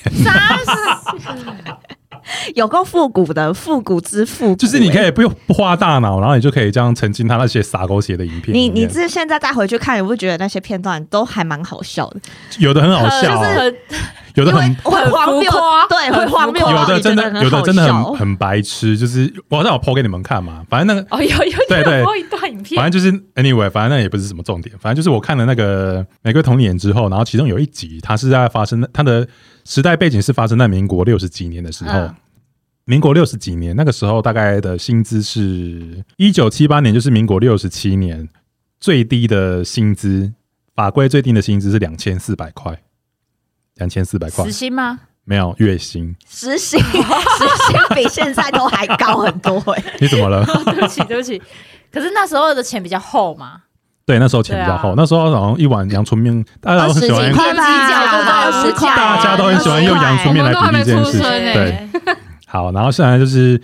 Speaker 2: 有够复古的，复古之复古。欸
Speaker 1: 就是你可
Speaker 2: 以，
Speaker 1: 以不用不花大脑，然后你就可以这样沉浸他那些傻狗血的影片
Speaker 2: 你
Speaker 1: 里面。
Speaker 2: 你这现在再回去看，你会觉得那些片段都还蛮好笑的，
Speaker 1: 有的很好笑，啊
Speaker 3: 就是
Speaker 1: 有的
Speaker 2: 因
Speaker 1: 很
Speaker 2: 为会
Speaker 3: 很
Speaker 2: 荒
Speaker 3: 浮
Speaker 2: 谬
Speaker 3: 夸，
Speaker 2: 对，会
Speaker 3: 很浮
Speaker 2: 荒谬
Speaker 3: 夸
Speaker 1: 有
Speaker 2: 到
Speaker 1: 的
Speaker 2: 你觉
Speaker 1: 真
Speaker 2: 得
Speaker 1: 的
Speaker 2: 很好笑，
Speaker 1: 有的真的很很白痴，就是我好像有 PO 给你们看嘛，反正那个
Speaker 3: 哦，有有
Speaker 1: 对对
Speaker 3: 有播一段影片
Speaker 1: 反正，就是 anyway，反正那也不是什么重点，反正就是我看了那个《玫瑰童年》之后，然后其中有一集，它是在发生它的时代背景是发生在民国六十几年的时候。
Speaker 4: 嗯
Speaker 1: 民国六十几年，那个时候大概的薪资是一九七八年，就是民国六十七年最低的薪资，法规最低的薪资是两千四百块，两千四百块
Speaker 3: 实心吗？
Speaker 1: 没有月薪，
Speaker 2: 实行实 行比现在都还高很多哎、
Speaker 1: 你怎 么了？
Speaker 3: 对不起，对不起。可是那时候的钱比较厚嘛，
Speaker 1: 对，那时候钱比较厚，
Speaker 3: 对啊
Speaker 1: 那时候好像一碗阳春面，大家都很喜欢
Speaker 3: 20几块
Speaker 2: 吧
Speaker 3: 二十几块
Speaker 1: 大家都很喜欢用洋葱面来比喻这件事
Speaker 4: 我们都还没出生
Speaker 1: 情。
Speaker 4: 欸
Speaker 1: 对，好，然后现在就是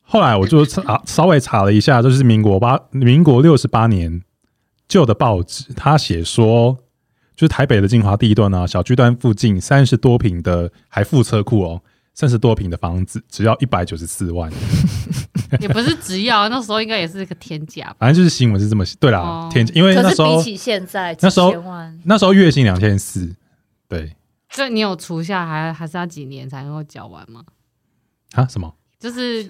Speaker 1: 后来我就查稍微查了一下，就是民国八民国六十八年旧的报纸，他写说，就是台北的金华地段啊，小巨蛋附近三十多平的还附车库哦，三十多平的房子只要一百九十四万，
Speaker 4: 也不是只要，那时候应该也是个天价吧。
Speaker 1: 反正就是新闻是这么写对啦
Speaker 4: 哦，
Speaker 1: 天，因为
Speaker 3: 可
Speaker 1: 那
Speaker 3: 是
Speaker 1: 时候
Speaker 3: 比起现在，
Speaker 1: 那时候
Speaker 3: 几千万
Speaker 1: 那时候月薪两千四，对
Speaker 4: 就你有除下还还是要几年才能够缴完吗？
Speaker 1: 啊什么？
Speaker 4: 就是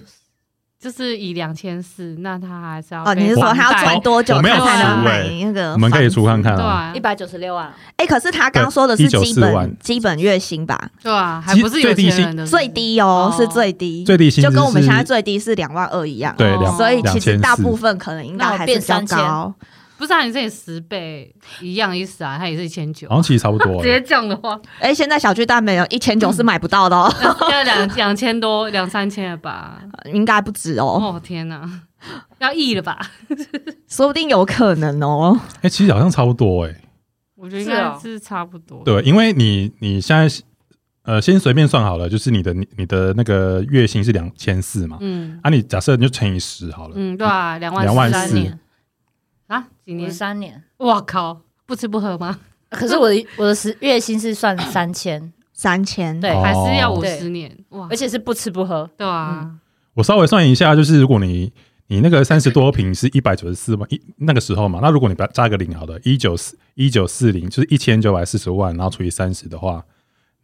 Speaker 4: 就是以两千四，那他还是要
Speaker 2: 哦，
Speaker 4: 被
Speaker 2: 你是说
Speaker 4: 房
Speaker 2: 他要
Speaker 4: 贷
Speaker 2: 赚多久
Speaker 1: 我没有
Speaker 2: 他才能
Speaker 4: 数
Speaker 2: 买
Speaker 1: 欸
Speaker 2: 那个？
Speaker 1: 我们可以除看。看
Speaker 4: 对
Speaker 1: 啊。
Speaker 4: 啊
Speaker 3: 一，百九十六万，
Speaker 2: 哎、可是他刚说的是
Speaker 1: 对
Speaker 2: 基
Speaker 1: 194
Speaker 2: 本
Speaker 1: 万
Speaker 2: 基本月薪吧，
Speaker 4: 对啊，还
Speaker 1: 基
Speaker 4: 不是有
Speaker 1: 最低
Speaker 4: 钱
Speaker 1: 薪
Speaker 4: 人的
Speaker 2: 最，低哦，
Speaker 4: 哦
Speaker 2: 是最低，
Speaker 1: 最低薪
Speaker 2: 就
Speaker 1: 资
Speaker 2: 跟我们
Speaker 1: 是
Speaker 2: 现在最低是两万二一样。啊
Speaker 1: 对
Speaker 4: 哦
Speaker 1: 两
Speaker 2: 所以其实
Speaker 1: 2400
Speaker 2: 大部分可能应该还是比较高，
Speaker 4: 不是啊？你这里十倍一样意思啊，他也是一千九
Speaker 1: 好，像其实差不多
Speaker 4: 直
Speaker 1: 欸
Speaker 4: 接降的话，
Speaker 2: 哎，现在小巨蛋没有一千九是买不到的哦，
Speaker 4: 要两两千多两三千了吧？
Speaker 2: 应该不止哦，
Speaker 4: 哦天哪，要亿了吧？
Speaker 2: 说不定有可能哦。
Speaker 1: 哎、其实好像差不多哎、
Speaker 4: 我觉得应
Speaker 3: 是
Speaker 4: 该
Speaker 3: 哦
Speaker 4: 是啊差不多。
Speaker 1: 对，因为你你现在呃，先随便算好了，就是你的你你的那个月薪是两千四嘛，
Speaker 4: 嗯
Speaker 1: 啊，你假设你就乘以十好了，
Speaker 4: 嗯，对啊，两万
Speaker 1: 两万
Speaker 4: 三
Speaker 1: 四
Speaker 4: 年啊，几
Speaker 3: 五
Speaker 4: 年
Speaker 3: 十？三年。
Speaker 4: 哇靠，不吃不喝吗？
Speaker 3: 可是我的我的时月薪是算三千，
Speaker 2: 三千，
Speaker 3: 对，
Speaker 1: 哦
Speaker 4: 还是要五
Speaker 3: 对
Speaker 4: 十年？哇
Speaker 3: 而，且是不吃不喝，
Speaker 4: 对啊，
Speaker 1: 我稍微算一下，就是如果你你那个三十多平是一百九十四万一那个时候嘛，那如果你把它加个零好了，一九四一九四零就是一千九百四十万，然后除以三十的话，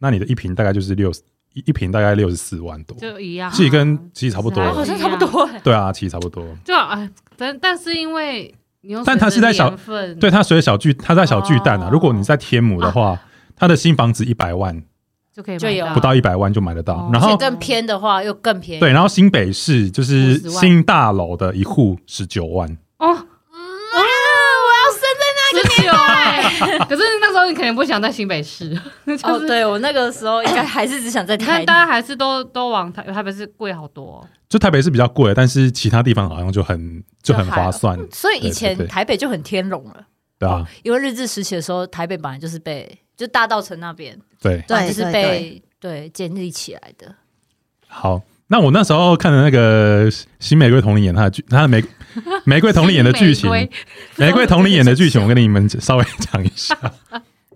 Speaker 1: 那你的一平大概就是六一一平大概六十四万多，
Speaker 4: 就一样啊。
Speaker 1: 其实跟其实差不多
Speaker 4: 对
Speaker 3: 啊
Speaker 4: 是
Speaker 3: 好
Speaker 4: 啊
Speaker 3: 像差不多欸。
Speaker 1: 对啊，其实差不多。
Speaker 4: 对啊，哎但但是因为你用，
Speaker 1: 但它是在小
Speaker 4: 份，
Speaker 1: 对，它所以小巨，它在小巨蛋啊。
Speaker 3: 哦
Speaker 1: 如果你在天母的话，它的新房子一百万
Speaker 4: 就可以
Speaker 3: 就
Speaker 4: 买
Speaker 3: 有
Speaker 1: 不到一百万就买得到
Speaker 4: 啊哦。
Speaker 1: 然
Speaker 3: 而且
Speaker 1: 后
Speaker 3: 更偏的话又更便宜。
Speaker 1: 对，然后新北市就是
Speaker 4: 50万
Speaker 1: 新大楼的一户十九万，
Speaker 4: 哦。
Speaker 3: 啊，我要生在
Speaker 4: 十九哎，可是那时候你肯定不想在新北市，
Speaker 3: 哦
Speaker 4: 就，是
Speaker 3: 对我那个时候应该还是只想在
Speaker 4: 你
Speaker 3: 台
Speaker 4: 看大
Speaker 3: 南。
Speaker 4: 家还是都都往台台北市贵好多哦，
Speaker 1: 就台北市比较贵，但是其他地方好像就很就很划算，
Speaker 3: 所以以
Speaker 1: 对对
Speaker 3: 前
Speaker 1: 对
Speaker 3: 台北就很天龙了，
Speaker 1: 对啊，
Speaker 3: 因为日治时期的时候，台北本来就是被就大道城那边，
Speaker 1: 对，
Speaker 2: 对
Speaker 3: 就是
Speaker 2: 对
Speaker 3: 被对建立起来的。
Speaker 1: 好。那我那时候看的那个《新玫瑰同龄演》他的剧，他的玫玫瑰同龄演的剧情，
Speaker 4: 玫
Speaker 1: 玫瑰同龄演的剧情，我跟你们稍微讲一下，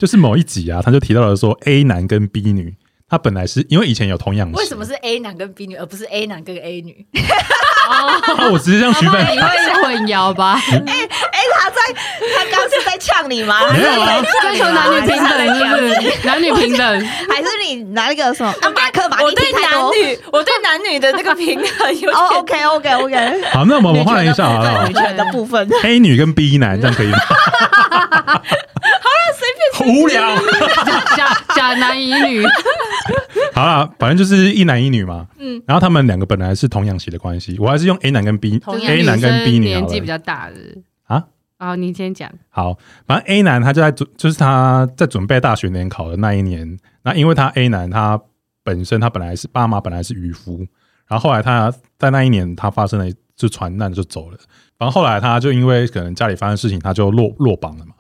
Speaker 1: 就是某一集啊，他就提到了说 A 男跟 B 女，他本来是因为以前有童养媳，
Speaker 3: 为什么是 A 男跟 B 女，而不是 A 男跟 A 女？
Speaker 4: 哦，
Speaker 1: 啊？我只是让 徐
Speaker 4: 那
Speaker 1: 本
Speaker 4: 你会混淆吧？
Speaker 2: 哎，他在他刚刚是在呛你吗？
Speaker 1: 没有啊，
Speaker 4: 追求男女平等是 不是？男女平等，
Speaker 2: 还是你拿那个什 么？啊，马克马
Speaker 3: 我
Speaker 2: 利
Speaker 3: 对
Speaker 2: 提太
Speaker 3: 男
Speaker 2: 多。
Speaker 3: 女， 我对男女的那个平衡有
Speaker 2: 哦
Speaker 3: 点
Speaker 2: ，OK OK OK，
Speaker 1: 好，那我们我们换一下好
Speaker 4: 你觉
Speaker 1: 了
Speaker 4: 得
Speaker 2: 女权的部分。
Speaker 1: ，A 女跟 B 男这样可以吗？好了，随便，无聊。
Speaker 4: 假假男乙 女，
Speaker 1: 好啦，反正就是一男一女嘛。嗯，然后他们两个本来是童养媳的关系，我还是用 A 男跟 B
Speaker 3: 同
Speaker 4: 就是
Speaker 3: 样
Speaker 1: A 男跟 B
Speaker 4: 生
Speaker 1: 女好
Speaker 4: 年纪
Speaker 1: 了
Speaker 4: 比。较大的
Speaker 1: 啊。
Speaker 4: 哦，你先讲，
Speaker 1: 好，反正 A 男他就在准，就是他在准备大学联考的那一年，那因为他 A 男他本身他本来是爸妈本来是渔夫，然后后来他在那一年他发生了一次船难就走了，然后后来他就因为可能家里发生事情，他就落落榜了嘛。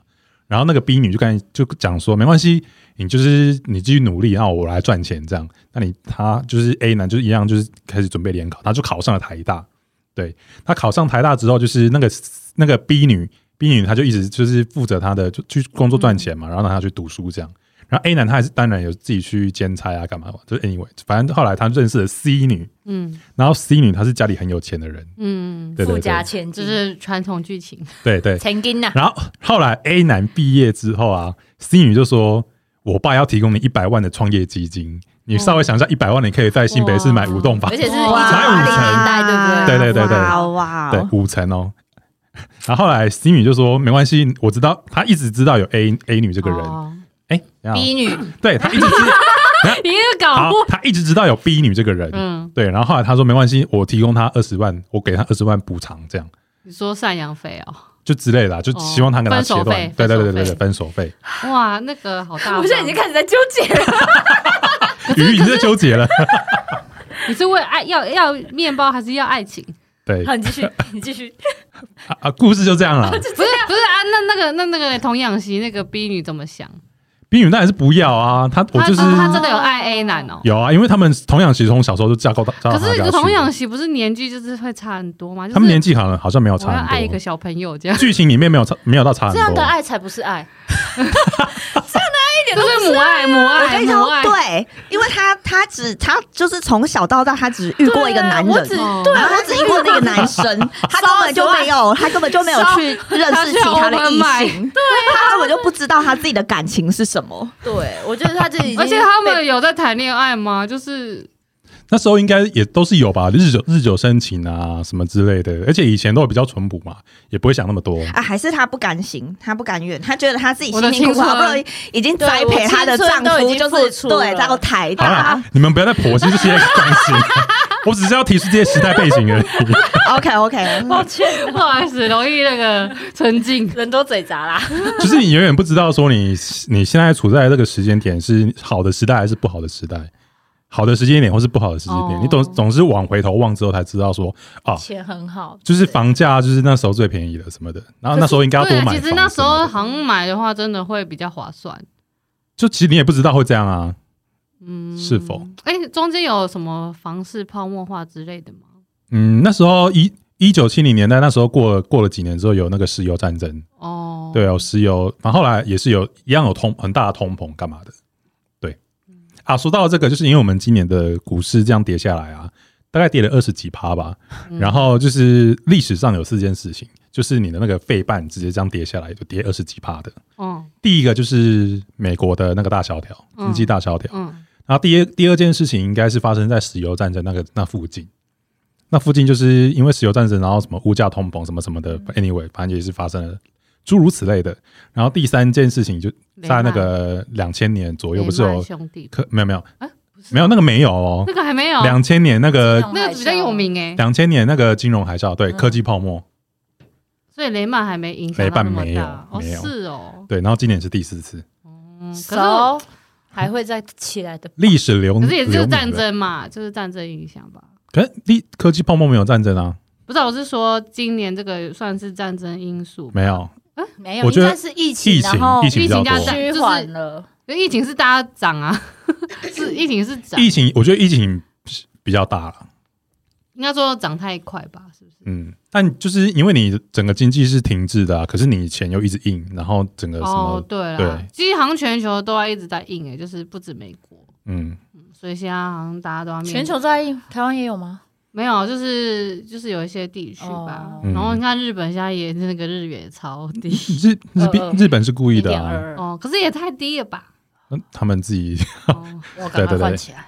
Speaker 1: 然后那个 B 女就跟就讲说，没关系，你就是你继续努力，然后我来赚钱这样。那你他就是 A 男，就是一样，就是开始准备联考，他就考上了台大。对他考上台大之后，就是那个那个 B 女，B 女她就一直就是负责她的就去工作赚钱嘛，然后让她去读书这样。然后 A 男他还是当然有自己去兼差啊，干嘛嘛，就是 anyway，反正后来他认识了 C 女，
Speaker 4: 嗯
Speaker 1: 然后 C 女她是家里很有钱的人，
Speaker 4: 嗯，
Speaker 1: 对
Speaker 3: 附
Speaker 1: 对
Speaker 3: 加
Speaker 1: 对
Speaker 3: 前
Speaker 4: 这
Speaker 3: 进，
Speaker 4: 是传统剧情，
Speaker 1: 对对。
Speaker 3: 曾经啊呐，
Speaker 1: 然后后来 A 男毕业之后啊，C 女就说：“我爸要提供你一百万的创业基金，你稍微想一下，一百万你可以在新北市买五栋房
Speaker 3: 而，且是
Speaker 1: 哇才五成
Speaker 3: 1980年代，对不对？
Speaker 1: 对对对对
Speaker 2: 哇哇，
Speaker 1: 对，五层哦。”然后后来 C 女就说：“没关系，我知道，她一直知道有 A A 女这
Speaker 4: 这
Speaker 1: 个人，哎、然后
Speaker 3: B 女
Speaker 1: 对她一直知，
Speaker 4: 你又
Speaker 1: 好
Speaker 4: 搞不，，
Speaker 1: 她一直知道有 B 女这个人，
Speaker 4: 嗯，
Speaker 1: 对。然后后来她说没关系，我提供她二十万，我给她二十万补偿，这样
Speaker 4: 你说赡养费哦，
Speaker 1: 就之类的啊、就希望她跟她
Speaker 4: 分手
Speaker 1: 切断，
Speaker 4: 费
Speaker 1: 对对对
Speaker 4: 分手
Speaker 1: 对对，
Speaker 4: 费
Speaker 1: 分手费。
Speaker 4: 哇，那个好大方，
Speaker 3: 我现在已经开始在纠结了。
Speaker 1: 鱼，你在纠结 了，
Speaker 4: 你是为爱要要面包还是要爱情？
Speaker 1: 对
Speaker 3: 好，你继续，你继续。
Speaker 1: 啊啊，故事就这样 了。
Speaker 4: 不是不是啊，那那个那那个童养媳那个 B 女怎么想？
Speaker 1: 冰雨当然是不要啊，她我
Speaker 4: 她
Speaker 1: 就是
Speaker 4: 她她真的有爱 A 男哦。
Speaker 1: 有啊，因为他们童养媳从小时候就架构到，架
Speaker 4: 可
Speaker 1: 构到
Speaker 4: 是
Speaker 1: 家去
Speaker 4: 童养媳不是年纪就是会差很多吗？就是
Speaker 1: 他们年纪好像好像没有
Speaker 4: 我要
Speaker 1: 差
Speaker 4: 爱一
Speaker 1: 很
Speaker 4: 个
Speaker 1: 多，
Speaker 4: 小朋友 这样，
Speaker 1: 剧情里面没有差没有到差很
Speaker 3: 这
Speaker 1: 多
Speaker 4: 啊
Speaker 3: 样的，爱才不是爱，
Speaker 4: 就是啊母爱母
Speaker 2: 我
Speaker 4: 爱
Speaker 2: 跟你
Speaker 4: 母
Speaker 2: 说，
Speaker 4: 爱。
Speaker 2: 对，因为他他只他就是从小到大，他只遇过一个男
Speaker 3: 我只
Speaker 2: 人。
Speaker 4: 哦
Speaker 3: 对
Speaker 2: 然
Speaker 3: 啊
Speaker 2: 后他只遇过那个男生，他根本就没有，他根本就没有去认识其他的异
Speaker 4: 他去
Speaker 2: 性，对，
Speaker 3: 啊
Speaker 2: 他根本就不知道他自己的感情是什么。
Speaker 3: 对，我觉得他这已经
Speaker 4: 而且他们有在谈恋爱吗？就是
Speaker 1: 那时候应该也都是有吧，日久日久生情啊什么之类的，而且以前都比较淳朴嘛，也不会想那么多。
Speaker 2: 啊，还是她不甘心，她不甘愿，她觉得她自己
Speaker 4: 我的
Speaker 2: 辛辛苦苦
Speaker 4: 青春
Speaker 2: 好不容易已经栽培她的
Speaker 3: 对我
Speaker 2: 丈
Speaker 3: 青春都已
Speaker 2: 夫，
Speaker 3: 经
Speaker 2: 就是
Speaker 3: 付出了
Speaker 2: 对到台
Speaker 1: 好
Speaker 2: 大
Speaker 1: 啦。，你们不要再剖析这些关系， 我只是要提示这些时代背景而已。
Speaker 2: OK OK，
Speaker 3: 抱歉，
Speaker 4: 不好意思，容易那个沉浸。
Speaker 3: 人都嘴杂啦。
Speaker 1: 就是你永远不知道说你你现在处在这个时间点是好的时代还是不好的时代，好的时间点或是不好的时间点，
Speaker 4: 哦
Speaker 1: 你总总是往回头望之后才知道说啊，
Speaker 3: 钱很好，
Speaker 1: 就是房价就是那时候最便宜的什么的，然后那时候应该要多
Speaker 4: 对，啊
Speaker 1: 买房
Speaker 4: 其
Speaker 1: 什么的。
Speaker 4: 实那时候好像买的话，真的会比较划算。
Speaker 1: 就其实你也不知道会这样啊，
Speaker 4: 嗯，
Speaker 1: 是否？
Speaker 4: 哎、中间有什么房市泡沫化之类的吗？
Speaker 1: 嗯，那时候一一九七零年代那时候过了过了几年之后有那个石油战争，
Speaker 4: 哦，
Speaker 1: 对，有石油，然后后来也是有一样有通很大的通膨干嘛的，对啊。说到这个，就是因为我们今年的股市这样跌下来啊，大概跌了二十几趴吧。
Speaker 4: 嗯
Speaker 1: 然后就是历史上有四件事情，就是你的那个费半直接这样跌下来，就跌二十几趴的。
Speaker 4: 嗯
Speaker 1: 第一个就是美国的那个大萧条，
Speaker 4: 嗯
Speaker 1: 经济大萧条。
Speaker 4: 嗯，
Speaker 1: 然后第二第二件事情应该是发生在石油战争那个那附近，那附近就是因为石油战争，然后什么物价通膨什么什么的，anyway，反
Speaker 4: 嗯
Speaker 1: 正也是发生了诸如此类的。然后第三件事情就啊在那个两千年左右，不是
Speaker 4: 雷曼
Speaker 1: 有
Speaker 4: 兄弟
Speaker 1: 可没有没有
Speaker 4: 啊不是
Speaker 1: 没有那个没有哦
Speaker 4: 那，个还没有，
Speaker 1: 两千年那个
Speaker 4: 那个比较有名哎、
Speaker 1: 两千年那个金融海啸，对
Speaker 3: 嗯
Speaker 1: 科技泡沫，
Speaker 4: 所以雷曼还没影响
Speaker 1: 雷
Speaker 4: 到
Speaker 1: 曼
Speaker 4: 那么
Speaker 1: 没有
Speaker 4: 大哦，
Speaker 1: 没有
Speaker 4: 是哦，
Speaker 1: 对，然后今年是第四次
Speaker 4: 嗯，可是我
Speaker 3: 手还会再起来的。
Speaker 1: 历史留
Speaker 4: 可是也就是
Speaker 1: 留名
Speaker 4: 战
Speaker 1: 了，
Speaker 4: 争嘛，就是战争影响吧。
Speaker 1: 可是历科技泡沫没有战争啊，
Speaker 4: 不是，我是说今年这个算是战争因素，
Speaker 1: 没有
Speaker 3: 没有，
Speaker 1: 我觉
Speaker 3: 应
Speaker 1: 得
Speaker 3: 该是疫
Speaker 1: 疫
Speaker 3: 情，然
Speaker 1: 情
Speaker 3: 后
Speaker 1: 疫情比较
Speaker 4: 疫情加上
Speaker 1: 多，
Speaker 3: 趋缓了。
Speaker 4: 因为疫情是大家涨啊，是疫情是涨，
Speaker 1: 疫情我觉得疫情比较大了。
Speaker 4: 应该说涨太快吧，是不是？
Speaker 1: 嗯，但就是因为你整个经济是停滞的啊，可是你钱又一直印，然后整个呃什么，
Speaker 4: 哦，对啦，
Speaker 1: 对
Speaker 4: 其实好像全球都要一直在印诶、就是不止美国，
Speaker 1: 嗯，
Speaker 4: 所以现在好像大家都要面
Speaker 3: 全球在印，台湾也有吗？
Speaker 4: 没有，就是就是有一些地区吧。
Speaker 3: 哦
Speaker 1: 嗯
Speaker 4: 然后你看日本现在也那个日元也超低
Speaker 1: 日日本、
Speaker 3: 呃
Speaker 1: 日本是故意
Speaker 3: 一
Speaker 1: 的
Speaker 3: 点
Speaker 1: 啊，
Speaker 3: 二，
Speaker 4: 哦，可是也太低了吧？
Speaker 1: 嗯他们自己
Speaker 4: 哦，
Speaker 3: 我赶快
Speaker 1: 对对对
Speaker 3: 换起来。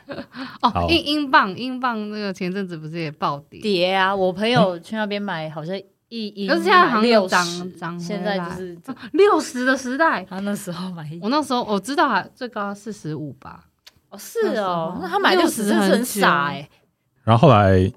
Speaker 1: 好
Speaker 4: 哦英英镑英镑那个前阵子不是也暴跌？
Speaker 3: 碟啊，我朋友
Speaker 1: 嗯
Speaker 3: 去那边买，好像一一
Speaker 4: 可是现在好像
Speaker 3: 六
Speaker 4: 有
Speaker 3: 十
Speaker 4: 涨，涨回来
Speaker 3: 现在就是
Speaker 4: 六十的时代，
Speaker 3: 他那时候买一
Speaker 4: 我那时候我知道啊，最高四十五吧。
Speaker 3: 哦是哦，
Speaker 4: 那时候
Speaker 3: 那他买六十真的是很傻哎，
Speaker 1: 然后后来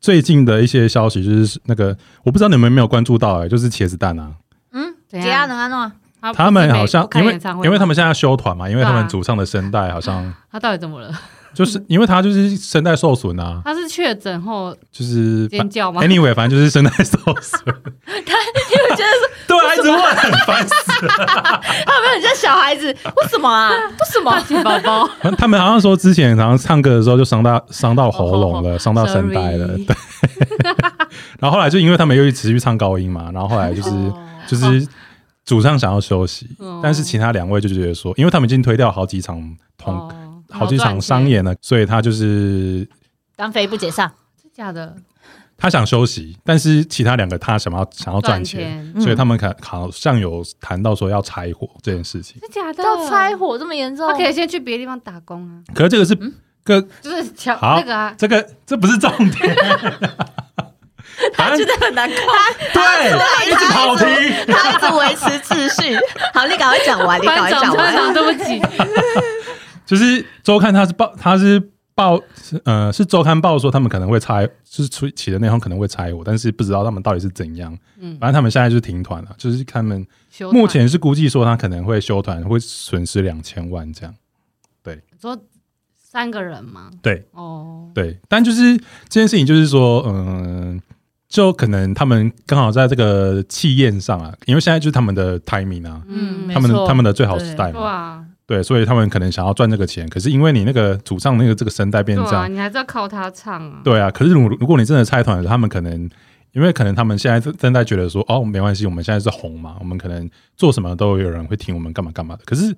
Speaker 1: 最近的一些消息就是那个，我不知道你们有没有关注到、欸，就是茄子蛋啊，
Speaker 2: 嗯，
Speaker 4: 怎
Speaker 2: 怎
Speaker 4: 样
Speaker 2: 样能安
Speaker 3: 啊
Speaker 2: 弄？
Speaker 4: 他
Speaker 1: 他们好像
Speaker 4: 啊不是
Speaker 1: 因为
Speaker 4: 美国开演唱会吗
Speaker 1: 因为他们现在休团嘛，因为他
Speaker 4: 对
Speaker 1: 们
Speaker 4: 啊
Speaker 1: 主唱的声带好像
Speaker 4: 他到底怎么了？
Speaker 1: 就是因为他就是声带受损啊，
Speaker 4: 他是确诊后
Speaker 1: 就是反
Speaker 4: 尖叫吗？
Speaker 1: anyway 反正就是声带受损。他你
Speaker 3: 觉得
Speaker 1: 是对啊，一直问很烦死了。
Speaker 3: 啊
Speaker 2: 他没有你这小孩子，为什么 啊？
Speaker 3: 为什么？
Speaker 4: 宝宝
Speaker 1: 他们好像说之前好像唱歌的时候就伤到伤到喉咙了，伤到声带了。
Speaker 4: Sorry
Speaker 1: 对，然后后来就因为他们又一直持续唱高音嘛，然后后来就是就是主唱想要休息，
Speaker 4: 哦
Speaker 1: 但是其他两位就觉得说，因为他们已经推掉好几场同
Speaker 4: 哦
Speaker 1: 好几场商，演了，所以他就是
Speaker 3: 单飞不解散，
Speaker 4: 真假的
Speaker 1: 他想休息，但是其他两个他想要想要赚钱，
Speaker 4: 钱，
Speaker 1: 所以他们可好像有谈到说要拆伙这件事情。
Speaker 4: 真假的
Speaker 3: 到拆，火这么严重
Speaker 4: 他？ 可以先去别的地方打工啊，
Speaker 1: 可是这个是个
Speaker 4: 就是巧
Speaker 1: 好
Speaker 4: 那个啊，
Speaker 1: 这个这不是重点，反正
Speaker 3: 得很难过。
Speaker 1: 对，一直跑题。
Speaker 2: 他一直维持秩序。好，你赶快讲 完，你赶快
Speaker 4: 班长
Speaker 2: 讲
Speaker 4: 班
Speaker 2: 完。
Speaker 4: 长，对不起，
Speaker 1: 就是周刊他是报他是报是呃是周刊报说他们可能会拆，就是出起的内容可能会拆伙，但是不知道他们到底是怎样。
Speaker 4: 嗯，
Speaker 1: 反正他们现在就是停团了，就是他们
Speaker 4: 修
Speaker 1: 目前是估计说他可能会休团，会损失两千万这样。
Speaker 4: 团说三个人吗？
Speaker 1: 对
Speaker 4: 哦，
Speaker 1: 对，但就是这件事情，就是说，嗯，就可能他们刚好在这个气焰上啊，因为现在就是他们的 timing 啊，
Speaker 3: 嗯没
Speaker 1: 他们
Speaker 3: 错
Speaker 1: 他们的最好时代嘛，
Speaker 4: 哇，
Speaker 1: 对，所以他们可能想要赚这个钱，可是因为你那个主唱那个这个声带变
Speaker 4: 对
Speaker 1: 成这
Speaker 4: 啊，
Speaker 1: 样，
Speaker 4: 你还是要靠他唱啊，
Speaker 1: 对啊，可是如如果你真的拆团了，他们可能。因为可能他们现在正正在觉得说，哦，没关系，我们现在是红嘛，我们可能做什么都有人会听我们干嘛干嘛的。可是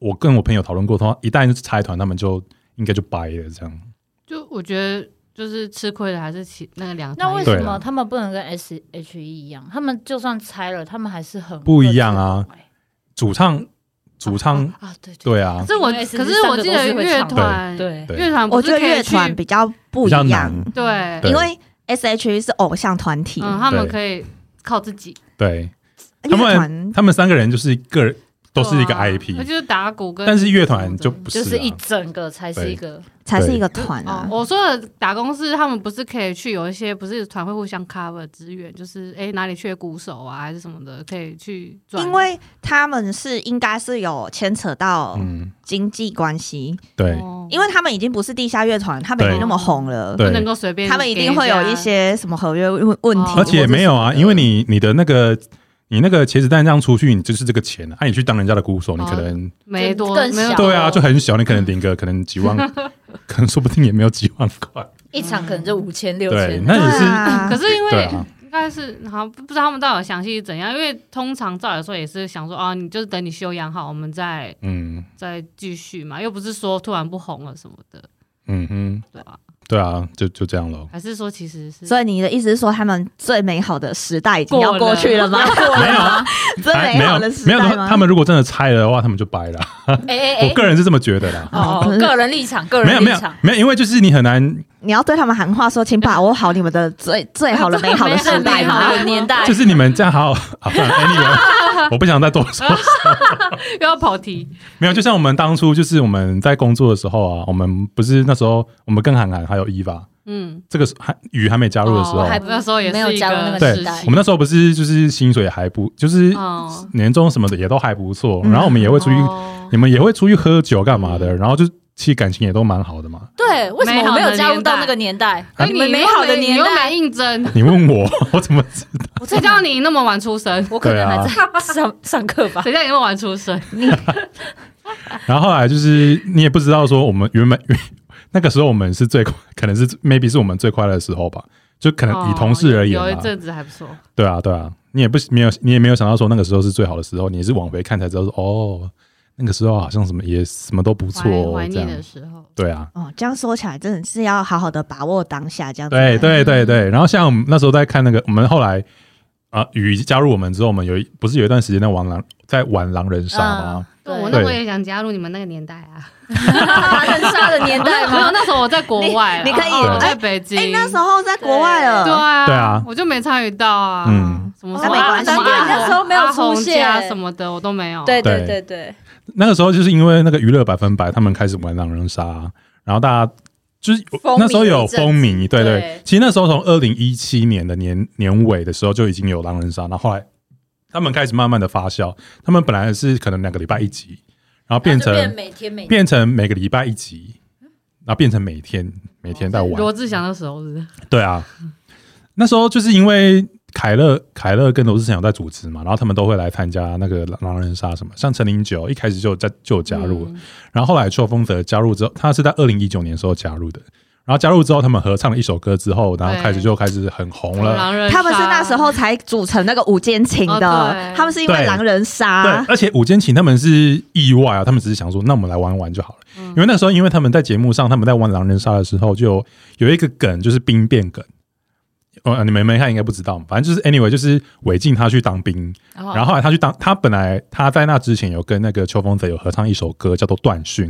Speaker 1: 我跟我朋友讨论过，他一旦拆团，他们就应该就掰了这样。
Speaker 4: 就我觉得就是吃亏的还是其那个两团，
Speaker 3: 那为
Speaker 1: 对
Speaker 3: 什
Speaker 1: 啦
Speaker 3: 么他们不能跟 S H E 一样？他们就算拆了，他们还是很
Speaker 1: 不一样
Speaker 3: 各
Speaker 1: 啊
Speaker 3: 自懂欸。
Speaker 1: 主唱，主唱，
Speaker 3: 啊，对
Speaker 1: 对啊
Speaker 4: 可，是我
Speaker 3: 因为是
Speaker 4: 可是我记得乐团
Speaker 3: 对，
Speaker 1: 对
Speaker 4: 乐团
Speaker 2: 我
Speaker 4: 不
Speaker 2: 觉
Speaker 4: 是
Speaker 2: 得
Speaker 4: 可以
Speaker 2: 乐
Speaker 4: 去
Speaker 2: 团比较不
Speaker 1: 比
Speaker 2: 一
Speaker 1: 较
Speaker 2: 样，
Speaker 1: 难，
Speaker 4: 对
Speaker 1: 对
Speaker 2: 因为 S H E 是偶像团体，
Speaker 4: 嗯，他们
Speaker 1: 对
Speaker 4: 可以靠自己，
Speaker 1: 对他
Speaker 2: 乐团
Speaker 1: 们，他们三个人就是个人都是一个
Speaker 4: 对啊
Speaker 1: IP，、
Speaker 4: 那就是打鼓跟，
Speaker 1: 但是乐团就不是、
Speaker 3: 就
Speaker 1: 啊，
Speaker 3: 是一整个才是一个
Speaker 2: 才是一个团
Speaker 4: 哦
Speaker 2: 啊，。
Speaker 4: 我说的打工是他们不是可以去有一些不是团会互相 cover 支援，就是哎哪里缺鼓手啊还是什么的，可以去转。
Speaker 2: 因为他们是应该是有牵扯到
Speaker 1: 嗯，
Speaker 2: 经济关系，
Speaker 1: 对
Speaker 4: 哦
Speaker 2: 因为他们已经不是地下乐团，他们已经那么红了，
Speaker 4: 不
Speaker 1: 对
Speaker 4: 能够随便，
Speaker 2: 他们一定会有一。些什么合约问问题，
Speaker 4: 哦
Speaker 1: 而且没有啊，
Speaker 2: 或者是什么的
Speaker 1: 因为你你的那个你那个茄子蛋这样出去，你就是这个钱啊，啊你去当人家的鼓手，你可能、
Speaker 4: 没多
Speaker 3: 就更
Speaker 4: 没有
Speaker 3: 小
Speaker 4: 多
Speaker 1: 对啊，就很小，你可能领个可能几万，可能说不定也没有几万块，
Speaker 3: 一场，可能就五千六
Speaker 1: 嗯对，
Speaker 3: 千。
Speaker 1: 那也是、
Speaker 2: 对啊
Speaker 4: 可是因
Speaker 1: 对
Speaker 4: 为
Speaker 1: 啊，
Speaker 4: 应该是好像不知道他们到底详细是怎样，因为通常照理说也是想说啊，你就是等你休养好，我们再
Speaker 1: 嗯
Speaker 4: 再继续嘛，又不是说突然不红了什么的，
Speaker 1: 嗯哼，
Speaker 4: 对吧、
Speaker 1: 对啊，就就这样喽。
Speaker 4: 还是说其实 是
Speaker 2: 所以你的意思是说，他们最美好的时代已经要过去 了吗？
Speaker 1: 没有啊，
Speaker 2: 最
Speaker 1: 哎
Speaker 2: 美
Speaker 1: 没
Speaker 2: 好
Speaker 1: 有
Speaker 2: 的时
Speaker 1: 没有，
Speaker 2: 代吗？
Speaker 1: 他们如果真的拆了的话，他们就掰了。
Speaker 3: 哎哎
Speaker 1: 我个人是这么觉得啦。
Speaker 3: 哦，
Speaker 2: 哦
Speaker 3: 个人立场，个
Speaker 1: 没有
Speaker 3: 人
Speaker 1: 没
Speaker 3: 立
Speaker 1: 有
Speaker 3: 场。
Speaker 1: 没有，因为就是你很难，
Speaker 2: 你要对他们喊话说，请把握好你们的最最好的美好的时代
Speaker 4: 没有没
Speaker 2: 吗
Speaker 4: 有？
Speaker 3: 好的年代
Speaker 1: 就，是你们这样好好啊算了，anyway，我不想再多说。
Speaker 4: 又要跑题？
Speaker 1: 没有，就像我们当初就是我们在工作的时候啊，我们不是那时候我们跟韩寒还有伊娃，
Speaker 4: 嗯，
Speaker 1: 这个是还雨还没加入的时候，
Speaker 4: 哦还
Speaker 3: 不
Speaker 4: 那时候也是
Speaker 3: 没有
Speaker 4: 一
Speaker 3: 加入
Speaker 4: 个
Speaker 3: 那个
Speaker 1: 对
Speaker 4: 时期
Speaker 1: 我们那时候不是就是薪水还不就是
Speaker 4: 哦，
Speaker 1: 年终什么的也都还不错，
Speaker 2: 嗯
Speaker 1: 然嗯后我们也会出去，
Speaker 4: 哦嗯
Speaker 1: 你们也会出去喝酒干嘛的，然后就其实感情也都蛮好的嘛。
Speaker 3: 对，为什么我没有加入到那个年代？
Speaker 1: 啊
Speaker 4: 你
Speaker 3: 们美好的年
Speaker 4: 又没
Speaker 3: 代，
Speaker 4: 应征，
Speaker 1: 你问我，我怎么知道？
Speaker 3: 我
Speaker 4: 谁叫你那么晚出生？
Speaker 3: 我可能还在 上上课吧。
Speaker 4: 谁叫你那么晚出生？
Speaker 1: 然后后来就是你也不知道说我们原本 那个时候我们是最快可能是 maybe 是我们最快乐的时候吧，就可能 以同事而言、
Speaker 4: 哦
Speaker 1: 啊
Speaker 4: 有一阵子还不错。
Speaker 1: 对啊，对啊，你也不没有，你也没有想到说那个时候是最好的时候，你也是往回看才知道说，哦，那个时候好像什么也什么都不错、
Speaker 4: 怀
Speaker 1: 哦
Speaker 4: 怀，
Speaker 1: 这
Speaker 4: 念
Speaker 1: 样
Speaker 4: 的时候，
Speaker 1: 对啊，
Speaker 2: 哦，这样说起来真的是要好好的把握当下，这样子。
Speaker 1: 对对对对。然后像我们那时候在看那个，我们后来啊，雨加入我们之后，我们有一不是有一段时间在玩狼，在玩狼人杀吗？
Speaker 4: 对
Speaker 3: 对
Speaker 4: 我那时候也想加入你们那个年代啊，
Speaker 3: 狼人杀的年代
Speaker 4: 没有，
Speaker 3: 吗？
Speaker 4: 那时候我在国外啦，啊哦
Speaker 2: 你你可以
Speaker 4: 我在
Speaker 2: 哎
Speaker 4: 北京，
Speaker 2: 哎、那时候在国外了，
Speaker 4: 对啊，
Speaker 1: 对啊
Speaker 4: 我就没参与到啊，
Speaker 1: 嗯，
Speaker 4: 什么
Speaker 3: 那
Speaker 4: 什么
Speaker 2: 哦没
Speaker 4: 啊
Speaker 2: 关系
Speaker 4: 什么
Speaker 2: 对
Speaker 4: 阿
Speaker 2: 那
Speaker 3: 时候没有
Speaker 4: 阿红
Speaker 3: 出现
Speaker 4: 家什么的，我都没 有。
Speaker 3: 对
Speaker 1: 对
Speaker 3: 对对对，
Speaker 1: 那个时候就是因为那个娱乐百分百，他们开始玩狼人杀、然后大家。就是
Speaker 3: 风靡
Speaker 1: 那时候有
Speaker 3: 一阵子
Speaker 1: 风靡，对对，
Speaker 3: 对
Speaker 1: 其实那时候从二零一七年的年年尾的时候就已经有狼人杀，然后后来他们开始慢慢的发酵，他们本来是可能两个礼拜一集，然后变成
Speaker 3: 然后就每天每天
Speaker 1: 变成每个礼拜一集，然后变成每天每天在
Speaker 3: 哦
Speaker 1: 玩。
Speaker 4: 罗志祥的时候是不是
Speaker 1: 对啊，那时候就是因为凯乐凯乐跟罗志祥有在主持嘛，然后他们都会来参加那个狼人杀什么，像陈零九一开始就有在就有加入了，
Speaker 4: 嗯
Speaker 1: 然后后来邱风泽加入之后，他是在二零一九年时候加入的。然后加入之后，他们合唱了一首歌之后，然后开始就开始很红了。
Speaker 4: 狼人杀
Speaker 2: 他们是那时候才组成那个五间情的，
Speaker 4: 哦对
Speaker 2: 他们是因为
Speaker 1: 对
Speaker 2: 狼人杀
Speaker 1: 对，，而且五间琴他们是意外啊，他们只是想说，那我们来玩玩就好了。因为那时候，因为他们在节目上，他们在玩狼人杀的时候，就有有一个梗，就是兵变梗。哦，你们没看应该不知道，反正就是 anyway，就是韦静他去当兵，
Speaker 3: 然
Speaker 1: 然后后来他去当，他本来他在那之前有跟那个秋风者有合唱一首歌叫做《断讯》，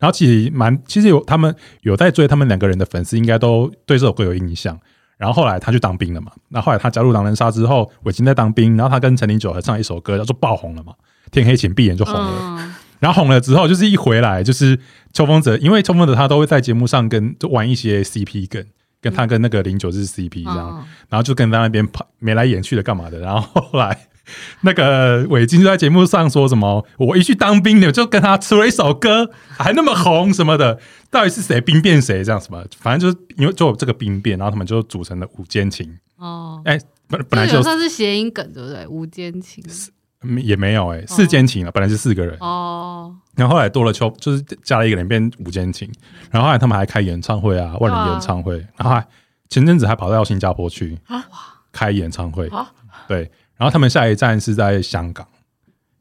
Speaker 1: 然后其实蛮其实有他们有在追他们两个人的粉丝，应该都对这首歌有印象。然后后来他去当兵了嘛，那后来他加入狼人杀之后，韦青在当兵，然后他跟陈零九合唱一首歌叫做《爆红》了嘛，天黑请闭眼就红了。
Speaker 4: 嗯
Speaker 1: 然后红了之后，就是一回来就是秋风者，因为秋风者他都会在节目上跟就玩一些 CP 梗，跟他跟那个零九是 CP 这样。
Speaker 4: 嗯
Speaker 1: 然后就跟他那边跑眉来眼去的干嘛的，然后后来那个韦金就在节目上说什么，我一去当兵的就跟他出了一首歌，还那么红什么的，到底是谁兵变谁这样什么，反正就是因为就有这个兵变，然后他们就组成了五间情，
Speaker 4: 哦，
Speaker 1: 哎、本本来
Speaker 4: 这
Speaker 1: 就
Speaker 4: 有算是谐音梗对不对？无间情
Speaker 1: 嗯也没有哎、四间情了，本来是四个人，
Speaker 4: 哦，
Speaker 1: 然后后来多了秋，就是加了一个人变五间情，然后后来他们还开演唱会啊，万人演唱会，然后还前阵子还跑到新加坡去
Speaker 3: 啊
Speaker 1: 开演唱会
Speaker 3: 啊，
Speaker 1: 对，然后他们下一站是在香港。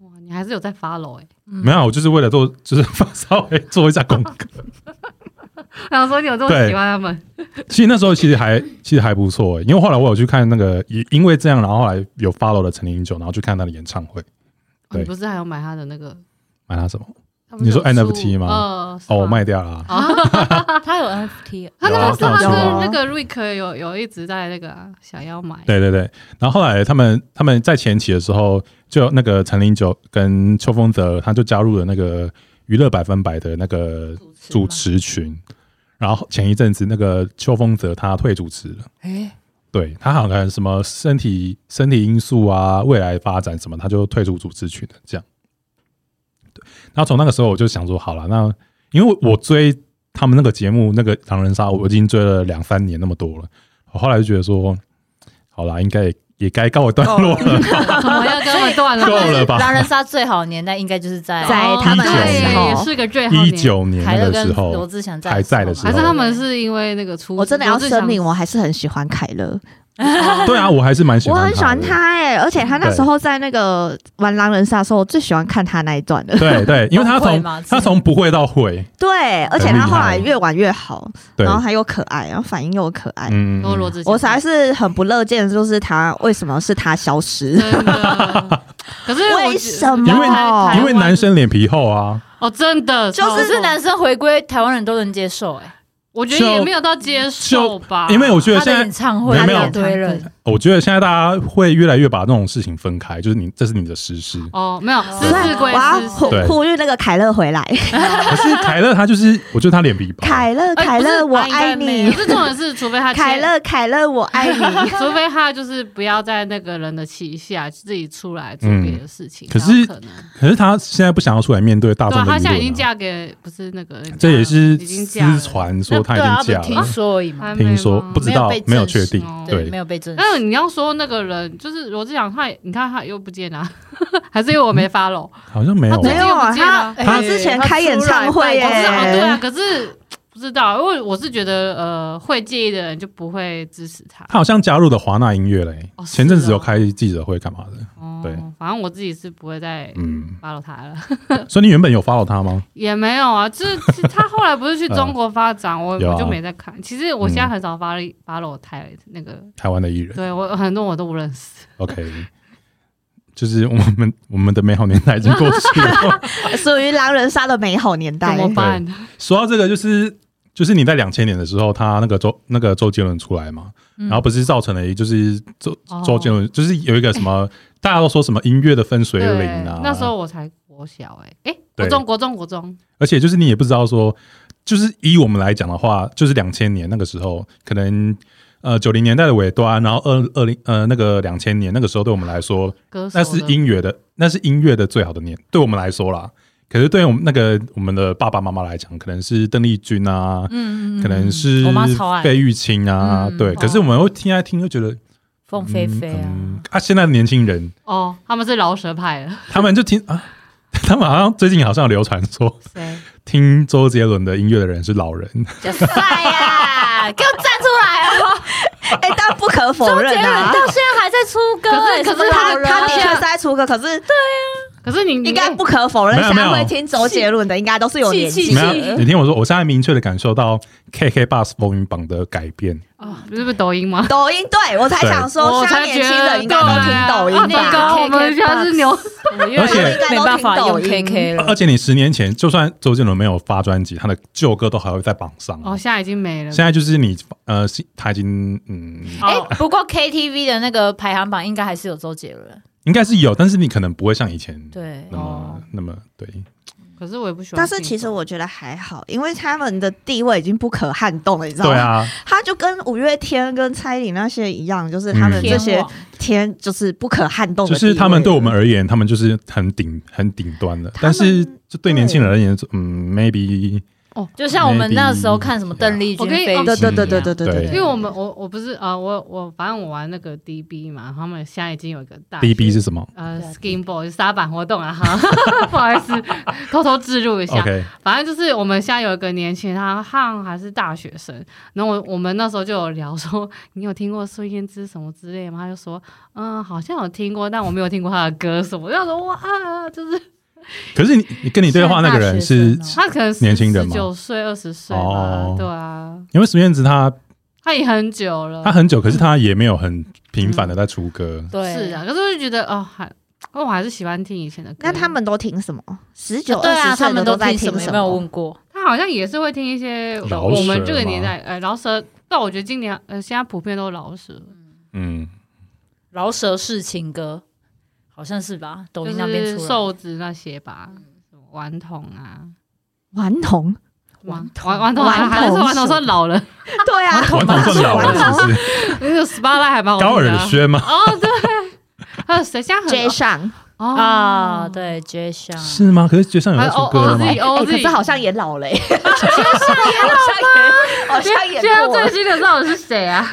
Speaker 4: 哇，你还是有在 follow 哎、
Speaker 3: 嗯
Speaker 1: 没有，我就是为了做，就是放稍微做一下 功课。
Speaker 4: 然后说你有这么
Speaker 1: 对
Speaker 4: 喜欢他们，
Speaker 1: 其实那时候其实还其实还不错、欸，因为后来我有去看那个，也因为这样，然后后来有 follow 了陈零九，然后去看他的演唱会，
Speaker 4: 哦
Speaker 1: 对
Speaker 4: 你不是还有买他的那个？
Speaker 1: 买他什么？
Speaker 4: 他不是有
Speaker 1: 你说
Speaker 4: 出
Speaker 1: NFT 吗
Speaker 4: 呃，是
Speaker 1: 哦，我
Speaker 4: 吗
Speaker 1: 卖掉了啊、
Speaker 3: 他有 NFT，
Speaker 4: 他
Speaker 1: 有啊
Speaker 4: 那个是
Speaker 1: 他有
Speaker 4: 他
Speaker 1: 出
Speaker 4: 跟
Speaker 1: 啊
Speaker 4: 那个瑞克有有一直在那个啊、想要买，
Speaker 1: 对对对，然后后来他们他们在前期的时候，就那个陈零九跟邱风泽，他就加入了那个娱乐百分百的那个主持群，然后前一阵子那个邱风泽他退主持了。
Speaker 3: 哎，
Speaker 1: 对他好像什么身体身体因素啊，未来发展什么，他就退出组织群了这样。对，然后从那个时候我就想说，好了，那因为我追他们那个节目那个狼人杀，我已经追了两三年那么多了，我后来就觉得说，好啦，应该也也该告一段落了，
Speaker 4: 我 要跟他们 断
Speaker 1: 够
Speaker 4: 了。
Speaker 1: 了吧？
Speaker 3: 狼人杀最好的年代应该就是在
Speaker 2: 在
Speaker 4: 哦
Speaker 1: 他们的
Speaker 4: 对
Speaker 1: 时候
Speaker 4: 也是个最好
Speaker 1: 一
Speaker 4: 年
Speaker 1: 九年
Speaker 3: 凯乐
Speaker 1: 那个
Speaker 3: 跟
Speaker 1: 时候
Speaker 3: 罗志祥
Speaker 1: 还在的时
Speaker 4: 还
Speaker 1: 候
Speaker 4: 是他们是因为那个出，
Speaker 2: 我真的要
Speaker 4: 罗志祥
Speaker 2: 声明，我还是很喜欢凯乐，
Speaker 1: 对啊，我还是蛮喜
Speaker 2: 我
Speaker 1: 欢的，
Speaker 2: 很喜欢他哎、而且他那时候在那个玩狼人杀的时候，我最喜欢看他那一 段了。
Speaker 1: 对对，因为他
Speaker 3: 崩溃
Speaker 1: 从
Speaker 3: 嘛
Speaker 1: 他从不会到会，
Speaker 2: 对，而且他后来越玩越好，
Speaker 1: 对
Speaker 2: 然，后他又可爱，然后反应又可爱。
Speaker 1: 嗯，
Speaker 4: 说罗
Speaker 1: 嗯
Speaker 4: 志祥，
Speaker 2: 我才是很不乐见，就是他为什么是他消失？
Speaker 4: 真的。可是我
Speaker 2: 为什么？
Speaker 1: 因为
Speaker 4: 台
Speaker 1: 因为男生脸皮厚啊，
Speaker 4: 哦，真的
Speaker 2: 就
Speaker 3: 可
Speaker 4: 超
Speaker 3: 是男生回归台湾人都能接受哎，
Speaker 4: 我觉得也没有到接受吧，
Speaker 1: 因为我觉得
Speaker 3: 他的
Speaker 1: 现在
Speaker 3: 演唱会
Speaker 1: 没有没有
Speaker 3: 一堆人，
Speaker 1: 哦我觉得现在大家会越来越把那种事情分开，就是你这是你的实事。
Speaker 4: 哦没有 私
Speaker 2: 所以
Speaker 4: 事
Speaker 2: 我
Speaker 4: 归
Speaker 2: 要
Speaker 4: 私
Speaker 2: 呼
Speaker 4: 事，
Speaker 1: 对
Speaker 2: 呼吁那个凯乐回 来。
Speaker 1: 可是凯乐他就是，我觉得他脸皮薄。
Speaker 2: 凯乐，
Speaker 4: 哎
Speaker 2: 凯
Speaker 4: 不是
Speaker 2: 乐，我
Speaker 4: 他应该
Speaker 2: 爱
Speaker 4: 没有
Speaker 2: 你
Speaker 4: 可。是重点是，除非 他
Speaker 2: 凯
Speaker 4: 签，
Speaker 2: 乐，凯乐，我爱你。
Speaker 4: 除非他就是不要在那个人的旗下自己出来做别的事情。
Speaker 1: 嗯可
Speaker 4: 才有
Speaker 1: 是
Speaker 4: 可能
Speaker 1: 可是他现在不想要出来面对大
Speaker 4: 对
Speaker 1: 众
Speaker 4: 啊，
Speaker 1: 的
Speaker 4: 他现在已
Speaker 1: 舆
Speaker 4: 经
Speaker 1: 论、啊，
Speaker 4: 嫁给不是那个，
Speaker 1: 这也是
Speaker 4: 已经嫁了
Speaker 1: 私传说
Speaker 3: 那
Speaker 1: 他
Speaker 3: 对啊
Speaker 1: 已经
Speaker 3: 不
Speaker 1: 嫁
Speaker 3: 是听
Speaker 1: 了，
Speaker 3: 说而已嘛，
Speaker 4: 还没
Speaker 1: 听说
Speaker 4: 吗
Speaker 1: 不知道
Speaker 3: 没有被
Speaker 1: 没有确
Speaker 3: 证实
Speaker 1: 定
Speaker 4: 哦，
Speaker 3: 对，没
Speaker 1: 对
Speaker 3: 有被证实。
Speaker 4: 但是你要说那个人，就是罗志祥，他也你看他又不见了， 还是因为我没 follow，
Speaker 1: 好像没有
Speaker 4: 他最
Speaker 1: 啊
Speaker 4: 近又不见
Speaker 2: 没有啊
Speaker 4: 了。
Speaker 2: 他之前开演唱会耶
Speaker 4: 我知道，
Speaker 2: 哎
Speaker 4: 对啊，可是不知道，因为我是觉得呃，会介意的人就不会支持他。
Speaker 1: 他好像加入了华纳音乐嘞、
Speaker 4: 哦是
Speaker 1: 前阵子
Speaker 4: 哦
Speaker 1: 有开记者会干嘛的？
Speaker 4: 哦
Speaker 1: 对，
Speaker 4: 反正我自己是不会再
Speaker 1: 嗯，
Speaker 4: follow 他了，
Speaker 1: 所以你原本有 follow 他吗？
Speaker 4: 也没有啊，就是其实他后来不是去
Speaker 1: 嗯
Speaker 4: 中国发展，我
Speaker 1: 有啊嗯
Speaker 4: 我就没再看。其实我现在很少 follow follow 台那个，
Speaker 1: 台湾的艺人
Speaker 4: 对我很多我都不认 识。
Speaker 1: ，OK，就是我们我们的美好年代已经过去了。
Speaker 2: 属于狼人杀的美好年
Speaker 4: 怎
Speaker 2: 代。
Speaker 4: 么办？
Speaker 1: 说到这个，就是就是你在两千年的时候，他那个周那个周杰伦出来嘛，
Speaker 3: 嗯
Speaker 1: 然后不是造成了一就是周
Speaker 4: 哦
Speaker 1: 周杰伦就是有一个什 么，大家都说什么音乐的分水岭啊，
Speaker 4: 那时候我才国小哎、欸，哎、
Speaker 1: 对
Speaker 4: 国中国中国中，
Speaker 1: 而且就是你也不知道说，就是以我们来讲的话，就是两千年那个时候，可能呃九零年代的尾端，然后二二零呃那个两千年那个时候，对我们来说，
Speaker 4: 歌手
Speaker 1: 那
Speaker 4: 的
Speaker 1: 是音乐的，那是音乐的最好的年，对我们来说啦。可是对我们那个我们的爸爸妈妈来讲，可能是邓丽君啊，
Speaker 3: 嗯
Speaker 1: 可能是
Speaker 3: 我妈超爱
Speaker 1: 费玉清啊，
Speaker 3: 嗯
Speaker 1: 对。
Speaker 4: 哦
Speaker 1: 可是我们会听来听就觉得
Speaker 3: 凤飞飞啊，
Speaker 1: 嗯啊，现在的年轻人
Speaker 4: 哦，他们是饶舌派的，
Speaker 1: 他们就听啊， 他们好像最近好像流传说，
Speaker 4: 谁？
Speaker 1: 听周杰伦的音乐的人是老人。
Speaker 3: 就帅呀，给我站出来啊！
Speaker 2: 哎、但不可否
Speaker 3: 周杰
Speaker 2: 认
Speaker 3: 伦
Speaker 2: 啊
Speaker 3: 到，现在还在出歌欸，
Speaker 4: 可是
Speaker 3: 什么
Speaker 4: 可是
Speaker 2: 他
Speaker 3: 老人
Speaker 2: 他的确
Speaker 3: 啊
Speaker 2: 是在出歌，可是
Speaker 4: 可是你
Speaker 3: 嗯
Speaker 2: 应该不可否认，
Speaker 1: 没有
Speaker 2: 现在
Speaker 1: 没有
Speaker 2: 会听周杰伦的应该都是有年
Speaker 3: 气
Speaker 2: 纪
Speaker 3: 气
Speaker 1: 没
Speaker 2: 的。
Speaker 1: 有，你听我说，我现在明确的感受到 KK Bus 风云榜的改变。
Speaker 4: 啊，不是不是抖音吗？
Speaker 2: 抖音对我才想说，
Speaker 4: 我
Speaker 2: 现在
Speaker 4: 才
Speaker 2: 年
Speaker 4: 觉
Speaker 2: 轻
Speaker 4: 得
Speaker 3: 啊
Speaker 2: 人应该都听抖音
Speaker 3: 对啊
Speaker 2: 吧？
Speaker 4: 那个我们家是牛，
Speaker 3: 我越来
Speaker 1: 而且
Speaker 3: 越没办法用 KK 了。
Speaker 1: 而且你十年前，就算周杰伦没有发专辑，他的旧歌都还会在榜上。
Speaker 4: 哦，现在已经没了
Speaker 1: 现。在就是你呃，是他已经嗯，
Speaker 3: 哎
Speaker 4: 哦，
Speaker 3: 不过 KTV 的那个排行榜应该还是有周杰伦，
Speaker 1: 应该是有，但是你可能不会像以前
Speaker 3: 对
Speaker 2: 嗯
Speaker 1: 那么、
Speaker 4: 哦
Speaker 1: 那么对。
Speaker 4: 可是我也不喜欢听。
Speaker 2: 但是其实我觉得还好，因为他们的地位已经不可撼动了，你知道吗？
Speaker 1: 对啊，
Speaker 2: 他就跟五月天、跟蔡依林那些一样，就是他们
Speaker 1: 嗯
Speaker 2: 这
Speaker 3: 天
Speaker 2: 些
Speaker 3: 王
Speaker 2: 天就是不可撼动的
Speaker 1: 就
Speaker 2: 地位了。
Speaker 1: 是他们对我们而言，他们就是很顶很顶端的，
Speaker 2: 他
Speaker 1: 但
Speaker 2: 们
Speaker 1: 是就对年轻人而言，嗯，maybe
Speaker 3: 就像我们那时候看什么邓丽君、
Speaker 4: 我可以
Speaker 3: 飞
Speaker 4: 哦
Speaker 2: 对对对对对
Speaker 1: 对
Speaker 2: 对，
Speaker 4: 因为我们我我不是啊，我我反正我玩那个 DB 嘛，他们现在已经有一个大
Speaker 1: DB 是什么
Speaker 4: 呃
Speaker 3: 对啊
Speaker 4: Skin Boy 沙板活动 啊，哈，不好意思，偷偷置入一下。
Speaker 1: ？OK，
Speaker 4: 反正就是我们现在有一个年轻人，他好像还是大学生。然后我我们那时候就有聊说，嗯你有听过孙燕姿什么之类吗？他就说，嗯，好像有听过，但我没有听过他的歌什么。我就想说，哇，就是
Speaker 1: 可是你你跟你对话那个人是
Speaker 3: 现在大学生哦
Speaker 4: 他可能
Speaker 1: 年轻人吗
Speaker 4: 九岁、二十岁吧，
Speaker 1: 哦
Speaker 4: 对啊，
Speaker 1: 因为孙燕姿她
Speaker 4: 他也很 久了。
Speaker 1: 她很久，可是她也没有很频繁的在出歌。
Speaker 3: 对
Speaker 4: 是啊，，可是我就觉得哦，还我还是喜欢听以前的歌。
Speaker 2: 那他们都听什么？十九、
Speaker 3: 对
Speaker 2: 二
Speaker 3: 啊，
Speaker 2: 十
Speaker 3: 他
Speaker 2: 岁
Speaker 3: 们
Speaker 2: 的
Speaker 3: 都
Speaker 2: 在
Speaker 3: 听什么？有
Speaker 2: 什
Speaker 3: 没有
Speaker 2: 么？
Speaker 3: 问过？
Speaker 4: 他好像也是会听一些
Speaker 1: 饶
Speaker 4: 我们
Speaker 1: 舌
Speaker 4: 这个
Speaker 1: 吗
Speaker 4: 年代，呃，饶舌。但我觉得今年呃，现在普遍都是饶舌，
Speaker 1: 嗯，
Speaker 3: 饶舌式情歌，好像是吧？抖
Speaker 4: 就
Speaker 3: 音那边
Speaker 4: 是
Speaker 3: 出来。
Speaker 4: 瘦子那些吧，什么顽童啊，
Speaker 2: 顽童？
Speaker 4: 顽
Speaker 3: 顽
Speaker 4: 顽顽童
Speaker 2: 顽
Speaker 4: 还还是
Speaker 2: 童
Speaker 4: 顽童
Speaker 2: 是
Speaker 4: 算老了，
Speaker 2: 对啊，
Speaker 1: 顽童算老
Speaker 2: 顽
Speaker 1: 了
Speaker 2: 童
Speaker 1: 是不是？
Speaker 4: 那个 SPA 还蛮好
Speaker 1: 高
Speaker 4: 听的
Speaker 1: 尔
Speaker 4: 啊。
Speaker 1: 宣吗？
Speaker 4: 哦，对，还有谁现在
Speaker 2: J
Speaker 4: 很
Speaker 2: 上，
Speaker 4: 哦
Speaker 3: 啊，，对 j a s o n
Speaker 1: 是吗？可是街上有
Speaker 4: 还
Speaker 1: 在
Speaker 4: 有
Speaker 1: 出歌了
Speaker 4: OZ
Speaker 1: 吗？
Speaker 2: 哎，可
Speaker 4: OZ，
Speaker 2: 是好像也老了 欸， 好
Speaker 4: 现
Speaker 2: 像也
Speaker 4: 现在
Speaker 2: 过
Speaker 4: 最
Speaker 2: 了。
Speaker 4: 新的到底是谁啊？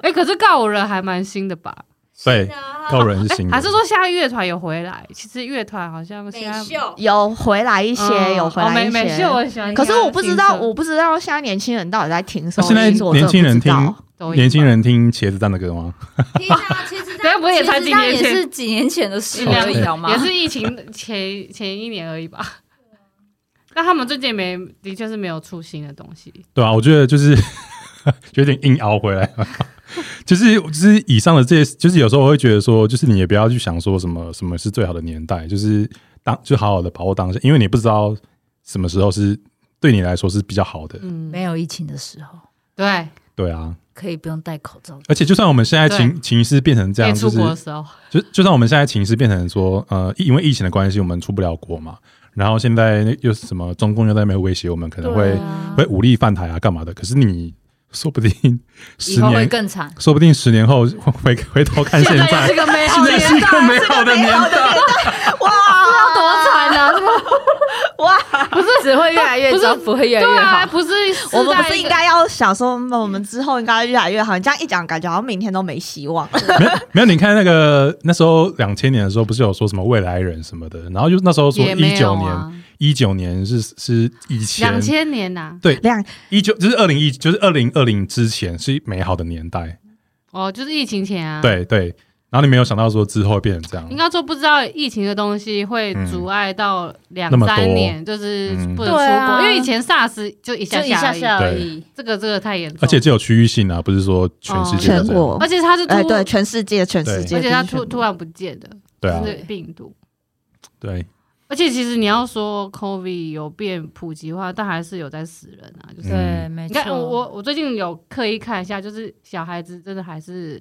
Speaker 4: 哎，可是告五人还蛮新的吧？哎
Speaker 1: 对，高人是新的，
Speaker 4: 还是说现在乐团有回来？其实乐团好像现在
Speaker 2: 有回来一些，
Speaker 4: 嗯
Speaker 2: 有回
Speaker 4: 哦
Speaker 2: 来
Speaker 4: 美
Speaker 2: 一
Speaker 4: 美秀，
Speaker 2: 些。
Speaker 4: 我喜欢
Speaker 2: 可
Speaker 4: 听他的新
Speaker 2: 是
Speaker 4: 歌。
Speaker 2: 我不知道，我不知道现在年轻人到底在听什么。
Speaker 1: 哦现在
Speaker 2: 其实我真的
Speaker 1: 年轻人
Speaker 2: 不知道
Speaker 4: 抖音
Speaker 1: 年轻
Speaker 4: 吧
Speaker 1: 人听茄子蛋的歌吗？
Speaker 3: 听啊，其实
Speaker 4: 等下不会也才几年前
Speaker 3: 也是几年前的事
Speaker 1: 两
Speaker 3: 而已，好吗？
Speaker 4: 也是疫情前前一年而已吧。 但他们最近也没，的确是没有出新的东西。
Speaker 1: 对啊，我觉得就是 有点硬熬回来， 就是就是以上的这些，就是有时候我会觉得说，就是你也不要去想说什么什么是最好的年代，就是当就好好的把握当下，因为你不知道什么时候是对你来说是比较好的，
Speaker 4: 嗯，
Speaker 3: 没有疫情的时候，
Speaker 4: 对，
Speaker 1: 对啊。
Speaker 3: 可以不用戴口罩。
Speaker 1: 而且就算我们现在情情势变成这
Speaker 4: 可以
Speaker 1: 样，
Speaker 4: 出
Speaker 1: 就是
Speaker 4: 国的时候，
Speaker 1: 就就算我们现在情势变成说，呃，因为疫情的关系，我们出不了国嘛，然后现在又是什么中共又在那边威胁我们，可能会、
Speaker 3: 对啊
Speaker 1: 会武力犯台啊，干嘛的？可是你说不定
Speaker 3: 以
Speaker 1: 十
Speaker 3: 后会
Speaker 1: 年，
Speaker 3: 更惨。
Speaker 1: 说不定十年后回回头看 现
Speaker 4: 又是
Speaker 1: 在，
Speaker 4: 个美好
Speaker 1: 现在
Speaker 4: 的年
Speaker 1: 是一个美好的年代。
Speaker 2: 哇
Speaker 4: 多 惨啊！
Speaker 2: 哇，
Speaker 3: 不是只会越来越糟，不会越来
Speaker 4: 对
Speaker 3: 越
Speaker 4: 啊，
Speaker 3: 好。
Speaker 4: 不是
Speaker 2: 我们不是应该要想说，嗯我们之后应该越来越好？你这样一讲，感觉好像明天都没希 望。
Speaker 1: 没没有，你看那个那时候两千年的时候，不是有说什么未来人什么的，然后就那时候说
Speaker 4: 也没
Speaker 1: 一九
Speaker 4: 有
Speaker 1: 年
Speaker 4: 啊？
Speaker 1: 19一九年是是以前
Speaker 4: 两，千年啊呐、
Speaker 2: 两
Speaker 1: 一九就是二零一，就是二零二零之前是美好的年代，
Speaker 4: 哦，就是疫情前啊，，
Speaker 1: 对对。然后你没有想到说之后会变成这
Speaker 4: 应
Speaker 1: 样，
Speaker 4: 该说不知道疫情的东西会阻碍到两
Speaker 1: 嗯那么多
Speaker 4: 三年，就是不能出
Speaker 3: 嗯
Speaker 4: 国，
Speaker 3: 对啊
Speaker 4: 因为以前 SARS 就一
Speaker 3: 就
Speaker 4: 下
Speaker 3: 一下
Speaker 4: 而已
Speaker 3: 下而
Speaker 1: 对
Speaker 3: 已。
Speaker 4: 这个这个太严重，
Speaker 1: 而且只有区域性啊，不是说全世界
Speaker 2: 全
Speaker 1: 都这样
Speaker 2: 国
Speaker 4: 而，且它是突、
Speaker 2: 哎，对，全世界，全世界，
Speaker 4: 而且它突
Speaker 2: 全
Speaker 4: 突然不见的，
Speaker 1: 对啊
Speaker 4: 就，是病毒。
Speaker 1: 对，
Speaker 4: 而且其实你要说 COVID 有变普及化，但还是有在死人啊，就是。
Speaker 3: 对，
Speaker 1: 嗯
Speaker 3: 没
Speaker 4: 你
Speaker 3: 错
Speaker 4: 看，我我我最近有刻意看一下，就是小孩子真的还是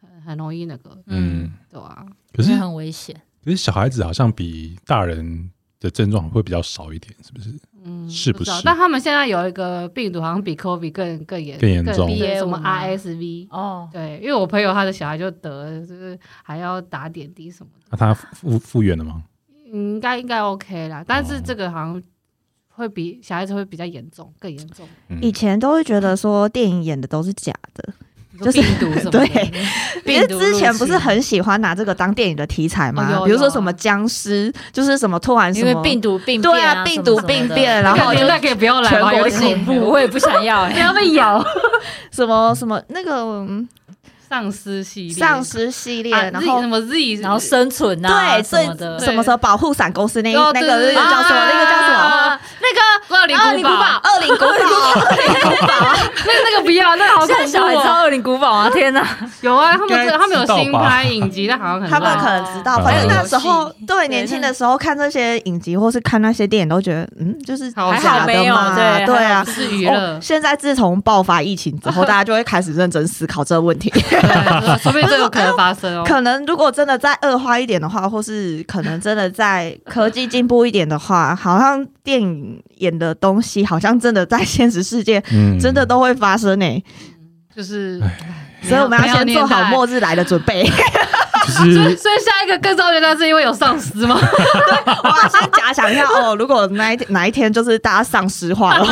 Speaker 4: 很很容易那个，
Speaker 1: 嗯
Speaker 3: 嗯，。
Speaker 4: 对啊，
Speaker 1: 可是
Speaker 3: 因为很危险。
Speaker 1: 可是小孩子好像比大人的症状会比较少一点，是不是？
Speaker 4: 嗯，
Speaker 1: 是不
Speaker 4: 知道
Speaker 1: 是
Speaker 4: 但他们现在有一个病毒，好像比 COVID 更更严
Speaker 1: 更严重
Speaker 4: 对什么
Speaker 3: BA.5 吗
Speaker 4: RSV。
Speaker 3: 哦，
Speaker 4: 对，因为我朋友他的小孩就得了，就是还要打点滴什么的，
Speaker 1: 那啊他复复原了吗？
Speaker 4: 嗯应该应该 OK 啦。但是
Speaker 1: 哦
Speaker 4: 这个好像会比小孩子会比较严重，更严重，
Speaker 2: 以前都会觉得说电影演的都是假的，
Speaker 4: 你
Speaker 2: 就
Speaker 4: 说
Speaker 2: 是
Speaker 4: 病毒什么的。
Speaker 2: 对因为
Speaker 4: 病毒入
Speaker 2: 之前不是
Speaker 4: 侵
Speaker 2: 很喜欢拿这个当电影的题材
Speaker 4: 哦有
Speaker 2: 吗？
Speaker 4: 有
Speaker 2: 比如说什么僵尸，就是什么突然什
Speaker 3: 因
Speaker 2: 么
Speaker 3: 为病毒病变
Speaker 2: 对啊，病毒病变，然
Speaker 4: 那
Speaker 2: 后
Speaker 4: 个
Speaker 2: 就
Speaker 4: 年代可以不要来
Speaker 2: 全
Speaker 4: 吧，
Speaker 2: 国
Speaker 4: 有
Speaker 2: 性
Speaker 4: 点恐怖，
Speaker 3: 我也不想要哎、
Speaker 4: 不要被咬。
Speaker 2: 什么什么那个嗯
Speaker 4: 丧尸系列，
Speaker 2: 丧尸系列，
Speaker 4: 啊
Speaker 2: 然
Speaker 4: Z-
Speaker 2: 后
Speaker 4: 什么 Z，
Speaker 3: 然后生存呐、
Speaker 2: 对，
Speaker 3: 什么
Speaker 2: 最
Speaker 3: 的，
Speaker 2: 什么时候保护伞公司那一
Speaker 4: 哦
Speaker 2: 那
Speaker 4: 对
Speaker 2: 个那
Speaker 4: 对
Speaker 2: 个
Speaker 4: 对
Speaker 2: 叫什么？
Speaker 4: 啊
Speaker 2: 那个叫什么？
Speaker 3: 啊那个
Speaker 4: 二零
Speaker 3: 二
Speaker 4: 古
Speaker 3: 零古堡
Speaker 4: 堡，
Speaker 2: 恶灵古堡，
Speaker 4: 那那个不要，那个 好
Speaker 3: 现在
Speaker 4: 恐
Speaker 3: 小孩
Speaker 4: 怖
Speaker 3: 知道
Speaker 4: 哦。
Speaker 3: 二零古堡啊！天哪，
Speaker 4: 有啊，他们
Speaker 1: 应该
Speaker 4: 这他们有
Speaker 1: 知道吧
Speaker 4: 新拍影集，但好像很
Speaker 2: 他们
Speaker 4: 烂
Speaker 2: 可能知道，
Speaker 1: 哦
Speaker 2: 反正那
Speaker 3: 游戏
Speaker 2: 时候对
Speaker 3: 对
Speaker 2: 年轻
Speaker 3: 那
Speaker 2: 的时候看这些影集或是看那些电影，都觉得嗯，就是
Speaker 4: 好
Speaker 2: 还
Speaker 4: 假
Speaker 2: 好
Speaker 4: 的
Speaker 2: 的嘛，
Speaker 3: 没有对
Speaker 2: 对
Speaker 3: 还好。
Speaker 2: 啊
Speaker 4: 是娱乐
Speaker 2: 哦，现在自从爆发疫情之 后，大家就会开始认真思考这个问题。
Speaker 4: 对说不定这有可能发生哦。
Speaker 2: 可能如果真的再恶化一点的话，或是可能真的在科技进步一点的话，好像电影演的东西，好像真的在现实世界
Speaker 1: 嗯
Speaker 2: 真的都会发生呢、
Speaker 4: 嗯就是，
Speaker 1: 哎
Speaker 2: 所以我们要先做好
Speaker 4: 末。
Speaker 2: 末日来的准备。
Speaker 1: 就
Speaker 4: 所以
Speaker 1: 是
Speaker 4: 所以下一个更糟的，那是因为有丧尸吗？
Speaker 2: 我要先假想一下哦，如果哪一天哪一天就是大家丧尸化了，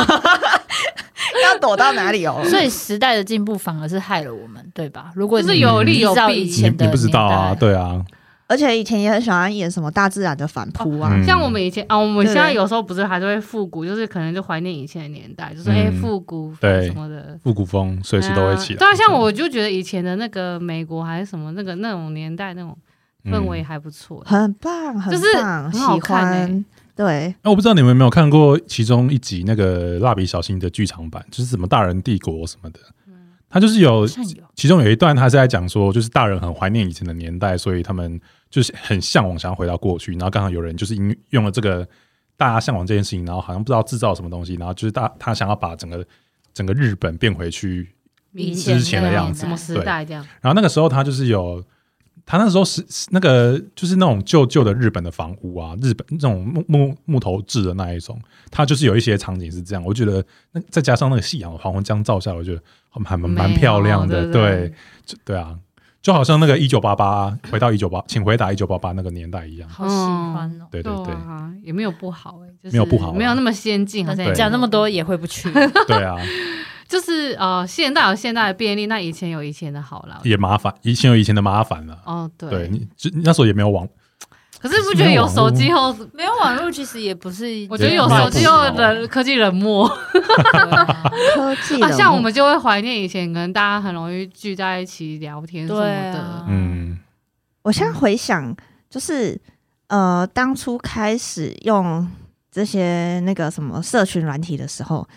Speaker 2: 要躲到哪里哦？
Speaker 3: 所以时代的进步反而是害了我们，对吧？如果
Speaker 4: 就是有利有
Speaker 3: 你知道
Speaker 4: 弊
Speaker 3: 以
Speaker 1: 你
Speaker 3: 前的
Speaker 1: 你不知道啊，
Speaker 3: 年代
Speaker 1: 对啊，
Speaker 2: 而且以前也很喜欢演什么大自然的反扑啊，
Speaker 1: 嗯
Speaker 4: 像我们以前啊，我们
Speaker 2: 对
Speaker 4: 现在有时候不是还是会复古，就是可能就怀念以前的年代，就是
Speaker 1: 嗯
Speaker 4: 哎复古
Speaker 1: 对
Speaker 4: 什么的。
Speaker 1: 复古风随时都会起
Speaker 4: 对啊
Speaker 1: 来。
Speaker 4: 对啊，像我就觉得以前的那个美国还是什么那个那种年代那种
Speaker 1: 嗯
Speaker 4: 氛围还啊不错。
Speaker 2: 很棒，很
Speaker 4: 就是
Speaker 2: 棒，
Speaker 4: 很好
Speaker 2: 喜
Speaker 4: 看欸
Speaker 2: 欢。对，
Speaker 1: 哎那、我不知道你们有没有看过其中一集那个《蜡笔小新》的剧场版，就是什么大人帝国什么的，
Speaker 4: 嗯
Speaker 1: 他就是有
Speaker 3: 好像有
Speaker 1: 其中有一段他是在讲说，就是大人很怀念以前的年代，所以他们就是很向往，想要回到过去。然后刚好有人就是因用了这个大家向往这件事情，然后好像不知道制造什么东西，然后就是大他想要把整个整个日本变回去。
Speaker 3: 以
Speaker 1: 前之前的样
Speaker 3: 子
Speaker 4: 什么时代这样？
Speaker 1: 然后那个时候他就是有。他那时候是是那个就是那种旧旧的日本的房屋啊，日本那种木木木头制的那一种，他就是有一些场景是这样。我觉得那再加上那个夕阳黄昏这样照下来，我觉得还蛮蛮漂亮的，
Speaker 4: 美哦
Speaker 1: 啊对。就对啊，就好像那个一九八八回到一九八，请回答一九八八那个年代一样。
Speaker 3: 好喜欢哦。
Speaker 1: 对对
Speaker 4: 对
Speaker 1: 对
Speaker 4: 啊，也没有不好哎、就
Speaker 1: 没
Speaker 4: 是
Speaker 1: 有不好啊
Speaker 4: 没有那么先进，好像
Speaker 1: 对
Speaker 4: 也没有
Speaker 3: 讲那么多，也回不去，
Speaker 1: 对啊，
Speaker 4: 就是呃，现代有现代的便利，那以前有以前的好啦。
Speaker 1: 也麻烦，以前有以前的麻烦了。
Speaker 4: 哦，对，
Speaker 1: 对你只那时候也没有网，
Speaker 4: 可是不觉得有手机后，
Speaker 3: 没有网络其实也不是，
Speaker 4: 我觉得有手机后
Speaker 1: 啊
Speaker 4: 的科技冷漠
Speaker 3: 啊对啊
Speaker 2: 科技
Speaker 4: 啊，
Speaker 2: 冷
Speaker 4: 像
Speaker 2: 漠
Speaker 4: 我们就会怀念以前，可能大家很容易聚在一起聊天什么
Speaker 3: 对
Speaker 4: 的
Speaker 3: 啊。
Speaker 1: 嗯，
Speaker 2: 我现在回想，就是呃，当初开始用这些那个什么社群软体的时候，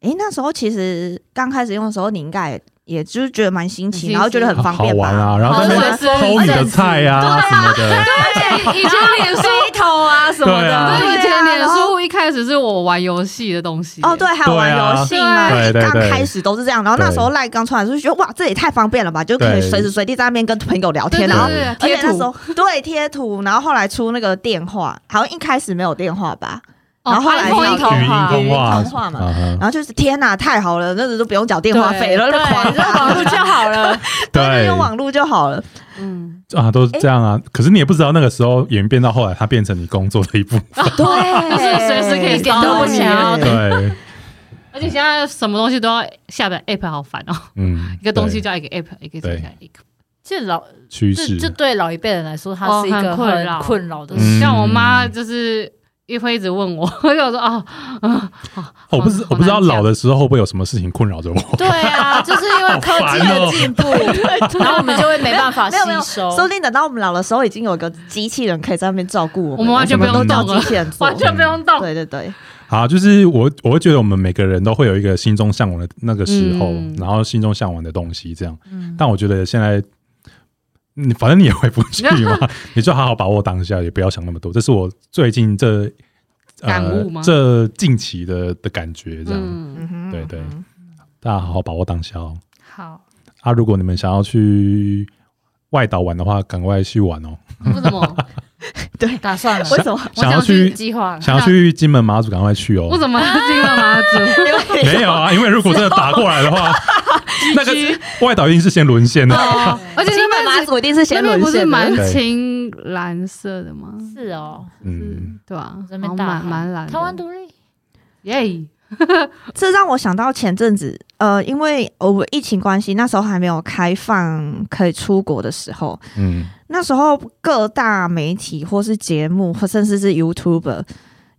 Speaker 2: 诶、那时候其实刚开始用的时候，你应该也也就是觉得蛮新
Speaker 4: 很新
Speaker 2: 奇，
Speaker 4: 奇
Speaker 2: 然后觉得很方
Speaker 1: 好
Speaker 2: 便吧？
Speaker 1: 玩啊，然后
Speaker 4: 好
Speaker 1: 在那边
Speaker 4: 随时
Speaker 1: 偷你的菜呀、什么的，
Speaker 4: 啊对，以前脸书，
Speaker 3: 黑头啊什么
Speaker 1: 对啊
Speaker 3: 的，
Speaker 4: 对，以前脸
Speaker 2: 然后
Speaker 4: 书一开始是我玩游戏的东西。
Speaker 2: 哦，对，，还有
Speaker 1: 对啊
Speaker 2: 玩游戏嘛，
Speaker 1: 对
Speaker 2: 一
Speaker 1: 对
Speaker 2: 刚
Speaker 1: 对
Speaker 2: 开始都是这样。然后那时候赖刚出来的时候就觉得哇，这也太方便了吧，就可以
Speaker 1: 对
Speaker 2: 随时随地在那边跟朋友聊
Speaker 4: 对
Speaker 2: 天，然后
Speaker 4: 对
Speaker 2: 而且
Speaker 4: 贴
Speaker 2: 那时
Speaker 4: 图
Speaker 2: 候对贴图，然后后来出那个电话，好像一开始没有电话吧，
Speaker 4: 哦
Speaker 2: 然后后来
Speaker 4: iPhone
Speaker 2: 才有
Speaker 4: 一头
Speaker 1: 语音通
Speaker 4: 话
Speaker 1: 话，
Speaker 2: 语音通话嘛
Speaker 1: 啊哈
Speaker 2: 然后就是天哪，太好了，那时候都不用缴 电话费了，
Speaker 3: 对，
Speaker 2: 那狂
Speaker 3: 你
Speaker 2: 打
Speaker 3: 就网络就好了。
Speaker 2: 对，
Speaker 1: 对
Speaker 2: 用网络就好 了。
Speaker 4: 嗯，
Speaker 1: 啊，都是这样啊。可是你也不知道那个时候演变到后来，它变成你工作的一部分。
Speaker 2: 对，
Speaker 4: 就是随时可以
Speaker 3: 一点都不想要
Speaker 2: 对
Speaker 1: 对，
Speaker 4: 而且现在什么东西都要下载 app，好烦哦。
Speaker 1: 嗯，
Speaker 4: 一个东西
Speaker 1: 对
Speaker 4: 叫一个 app，一个东西叫一个。
Speaker 3: 这老
Speaker 1: 趋
Speaker 3: 这这
Speaker 1: 势，
Speaker 3: 对老一辈人来说，它是一
Speaker 4: 哦
Speaker 3: 个
Speaker 4: 很困
Speaker 3: 很
Speaker 4: 扰
Speaker 3: 困扰的
Speaker 1: 嗯
Speaker 3: 事。
Speaker 4: 像我妈就是一一会一直问我，我就说哦，
Speaker 1: 哦我不知
Speaker 4: 好
Speaker 1: 我不知道
Speaker 4: 好难讲
Speaker 1: 老的时候会不会有什么事情困扰着我。
Speaker 3: 对 啊，就是因为科技
Speaker 1: 哦
Speaker 3: 的进步，然后我们就会没办法吸
Speaker 2: 没有没有，
Speaker 3: 收。
Speaker 2: 说不定等到我们老的时候，已经有个机器人可以在那边照顾我们了，
Speaker 4: 我们完全
Speaker 1: 不用
Speaker 2: 什么都
Speaker 4: 动
Speaker 2: 找
Speaker 4: 了
Speaker 2: 机器人做
Speaker 4: 完。全不用动。
Speaker 2: 对对对，
Speaker 1: 好，就是我我会觉得我们每个人都会有一个心中向往的那个时候，
Speaker 4: 嗯
Speaker 1: 然后心中向往的东西这样。
Speaker 3: 嗯
Speaker 1: 但我觉得现在。你反正你也回不去 嘛，你就好好把握当下，也不要想那么多。这是我最近这呃
Speaker 4: 感悟吗
Speaker 1: 这近期的的感觉，这样、
Speaker 4: 嗯，
Speaker 2: 嗯哼，
Speaker 1: 对对
Speaker 2: 嗯哼
Speaker 1: 大家好好把握当下哦。
Speaker 4: 好，
Speaker 1: 啊，如果你们想要去外岛玩的话，赶快去玩 哦。
Speaker 4: 为什么？
Speaker 3: 打算了，
Speaker 2: 为 什么？
Speaker 4: 我
Speaker 1: 想要
Speaker 4: 去
Speaker 1: 去
Speaker 4: 计划，
Speaker 1: 想要去金门马祖，赶快去哦。
Speaker 4: 我怎么进了马祖？
Speaker 1: 没有 啊，因为如果真的打过来的话，那个外岛一定是先沦陷的。
Speaker 4: 哦，而且
Speaker 2: 金门
Speaker 4: 那
Speaker 2: 马
Speaker 4: 边
Speaker 2: 祖一定是
Speaker 4: 那
Speaker 2: 先
Speaker 4: 边
Speaker 2: 沦
Speaker 4: 不是
Speaker 2: 陷
Speaker 4: 蛮
Speaker 2: 的，
Speaker 1: 对
Speaker 4: 青蓝色的吗？
Speaker 3: 是哦，
Speaker 1: 嗯，
Speaker 4: 对吧？
Speaker 3: 这
Speaker 4: 然后
Speaker 3: 边大
Speaker 4: 蛮蛮蓝的，
Speaker 3: 台湾独立，
Speaker 4: 耶，
Speaker 2: 这让我想到前阵子，呃，因为我们疫情关系，那时候还没有开放可以出国的时候，
Speaker 1: 嗯，
Speaker 2: 那时候各大媒体或是节目，或甚至是 YouTuber，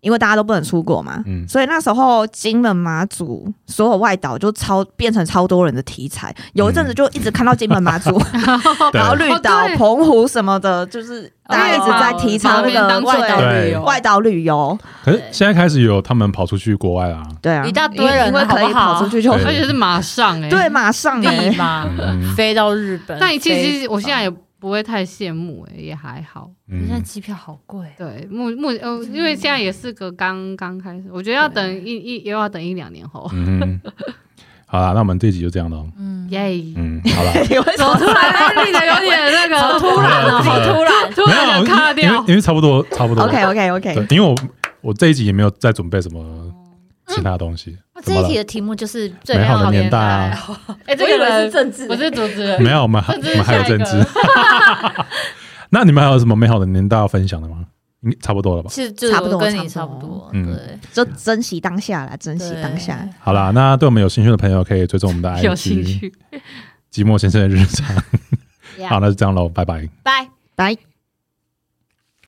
Speaker 2: 因为大家都不能出国嘛，
Speaker 1: 嗯
Speaker 2: 所以那时候金门马祖所有外岛就超变成超多人的题材，有一阵子就一直看到金门马祖，
Speaker 1: 嗯 对
Speaker 2: 然后绿
Speaker 4: 哦
Speaker 2: 岛、
Speaker 4: 对
Speaker 2: 澎湖什么的，就是大家一直在提倡那
Speaker 3: 哦
Speaker 2: 个
Speaker 3: 把我哦们当外
Speaker 2: 对
Speaker 3: 岛
Speaker 1: 对
Speaker 3: 旅游，
Speaker 2: 外岛旅游，
Speaker 1: 可是现在开始有他们跑出去国外啦。
Speaker 2: 对啊，
Speaker 3: 一大堆人
Speaker 2: 因为可
Speaker 3: 好
Speaker 2: 以
Speaker 3: 不好
Speaker 2: 跑出去就
Speaker 1: 对
Speaker 4: 而且是马上哎，
Speaker 2: 对，马上哎
Speaker 3: 立马
Speaker 4: 啊
Speaker 1: 嗯
Speaker 3: 飞到日本。
Speaker 4: 但其
Speaker 3: 飞
Speaker 4: 实我现在也不会太羡慕哎，也还好。
Speaker 3: 现在
Speaker 1: 嗯，
Speaker 3: 机票好贵，
Speaker 4: 对，目目呃，因为现在也是个刚刚开始，我觉得要等一一又要等一两年后。
Speaker 1: 嗯，好啦，那我们这集就这样 咯。
Speaker 3: 嗯，
Speaker 4: 耶，
Speaker 1: 嗯，好啦。
Speaker 2: 你为什
Speaker 4: 走
Speaker 2: 么
Speaker 4: 突然变得有点那个突
Speaker 1: 然哦
Speaker 3: 好突然，
Speaker 4: 突然
Speaker 1: 没
Speaker 4: 想卡
Speaker 1: 有，因为
Speaker 4: 掉。
Speaker 1: 因为差不多差不多。
Speaker 2: ？OK OK
Speaker 1: 对
Speaker 2: OK，，
Speaker 1: 因为我我这一集也没有再准备什么其他东西。
Speaker 3: 哦这
Speaker 1: 怎么
Speaker 3: 一
Speaker 1: 了
Speaker 3: 题的题目就是最
Speaker 1: 美
Speaker 3: 美
Speaker 1: 好的
Speaker 3: 好
Speaker 1: 年代啊
Speaker 3: 代。
Speaker 4: 哎，这
Speaker 3: 我以
Speaker 4: 个
Speaker 3: 为是
Speaker 4: 人
Speaker 3: 政治，
Speaker 4: 我是主持人，
Speaker 1: 没有，我们还我
Speaker 4: 政治
Speaker 1: 们还有
Speaker 4: 下一
Speaker 1: 政
Speaker 4: 个
Speaker 1: 治。 那你们还有什么美好的年代要分享的吗？应差不多了吧？
Speaker 3: 是就是
Speaker 2: 差不多
Speaker 3: 我跟你差
Speaker 2: 差
Speaker 3: 不
Speaker 2: 不
Speaker 3: 多
Speaker 2: 多，
Speaker 1: 嗯
Speaker 3: 对，
Speaker 2: 就珍惜当下啦，珍惜
Speaker 3: 对
Speaker 2: 当下。
Speaker 1: 好啦，那对我们有兴趣的朋友可以追踪我们的
Speaker 4: 有兴
Speaker 1: IG
Speaker 4: 趣。
Speaker 1: 寂寞先生的日常。好，那就这样喽，拜拜。
Speaker 3: 拜。
Speaker 2: 拜。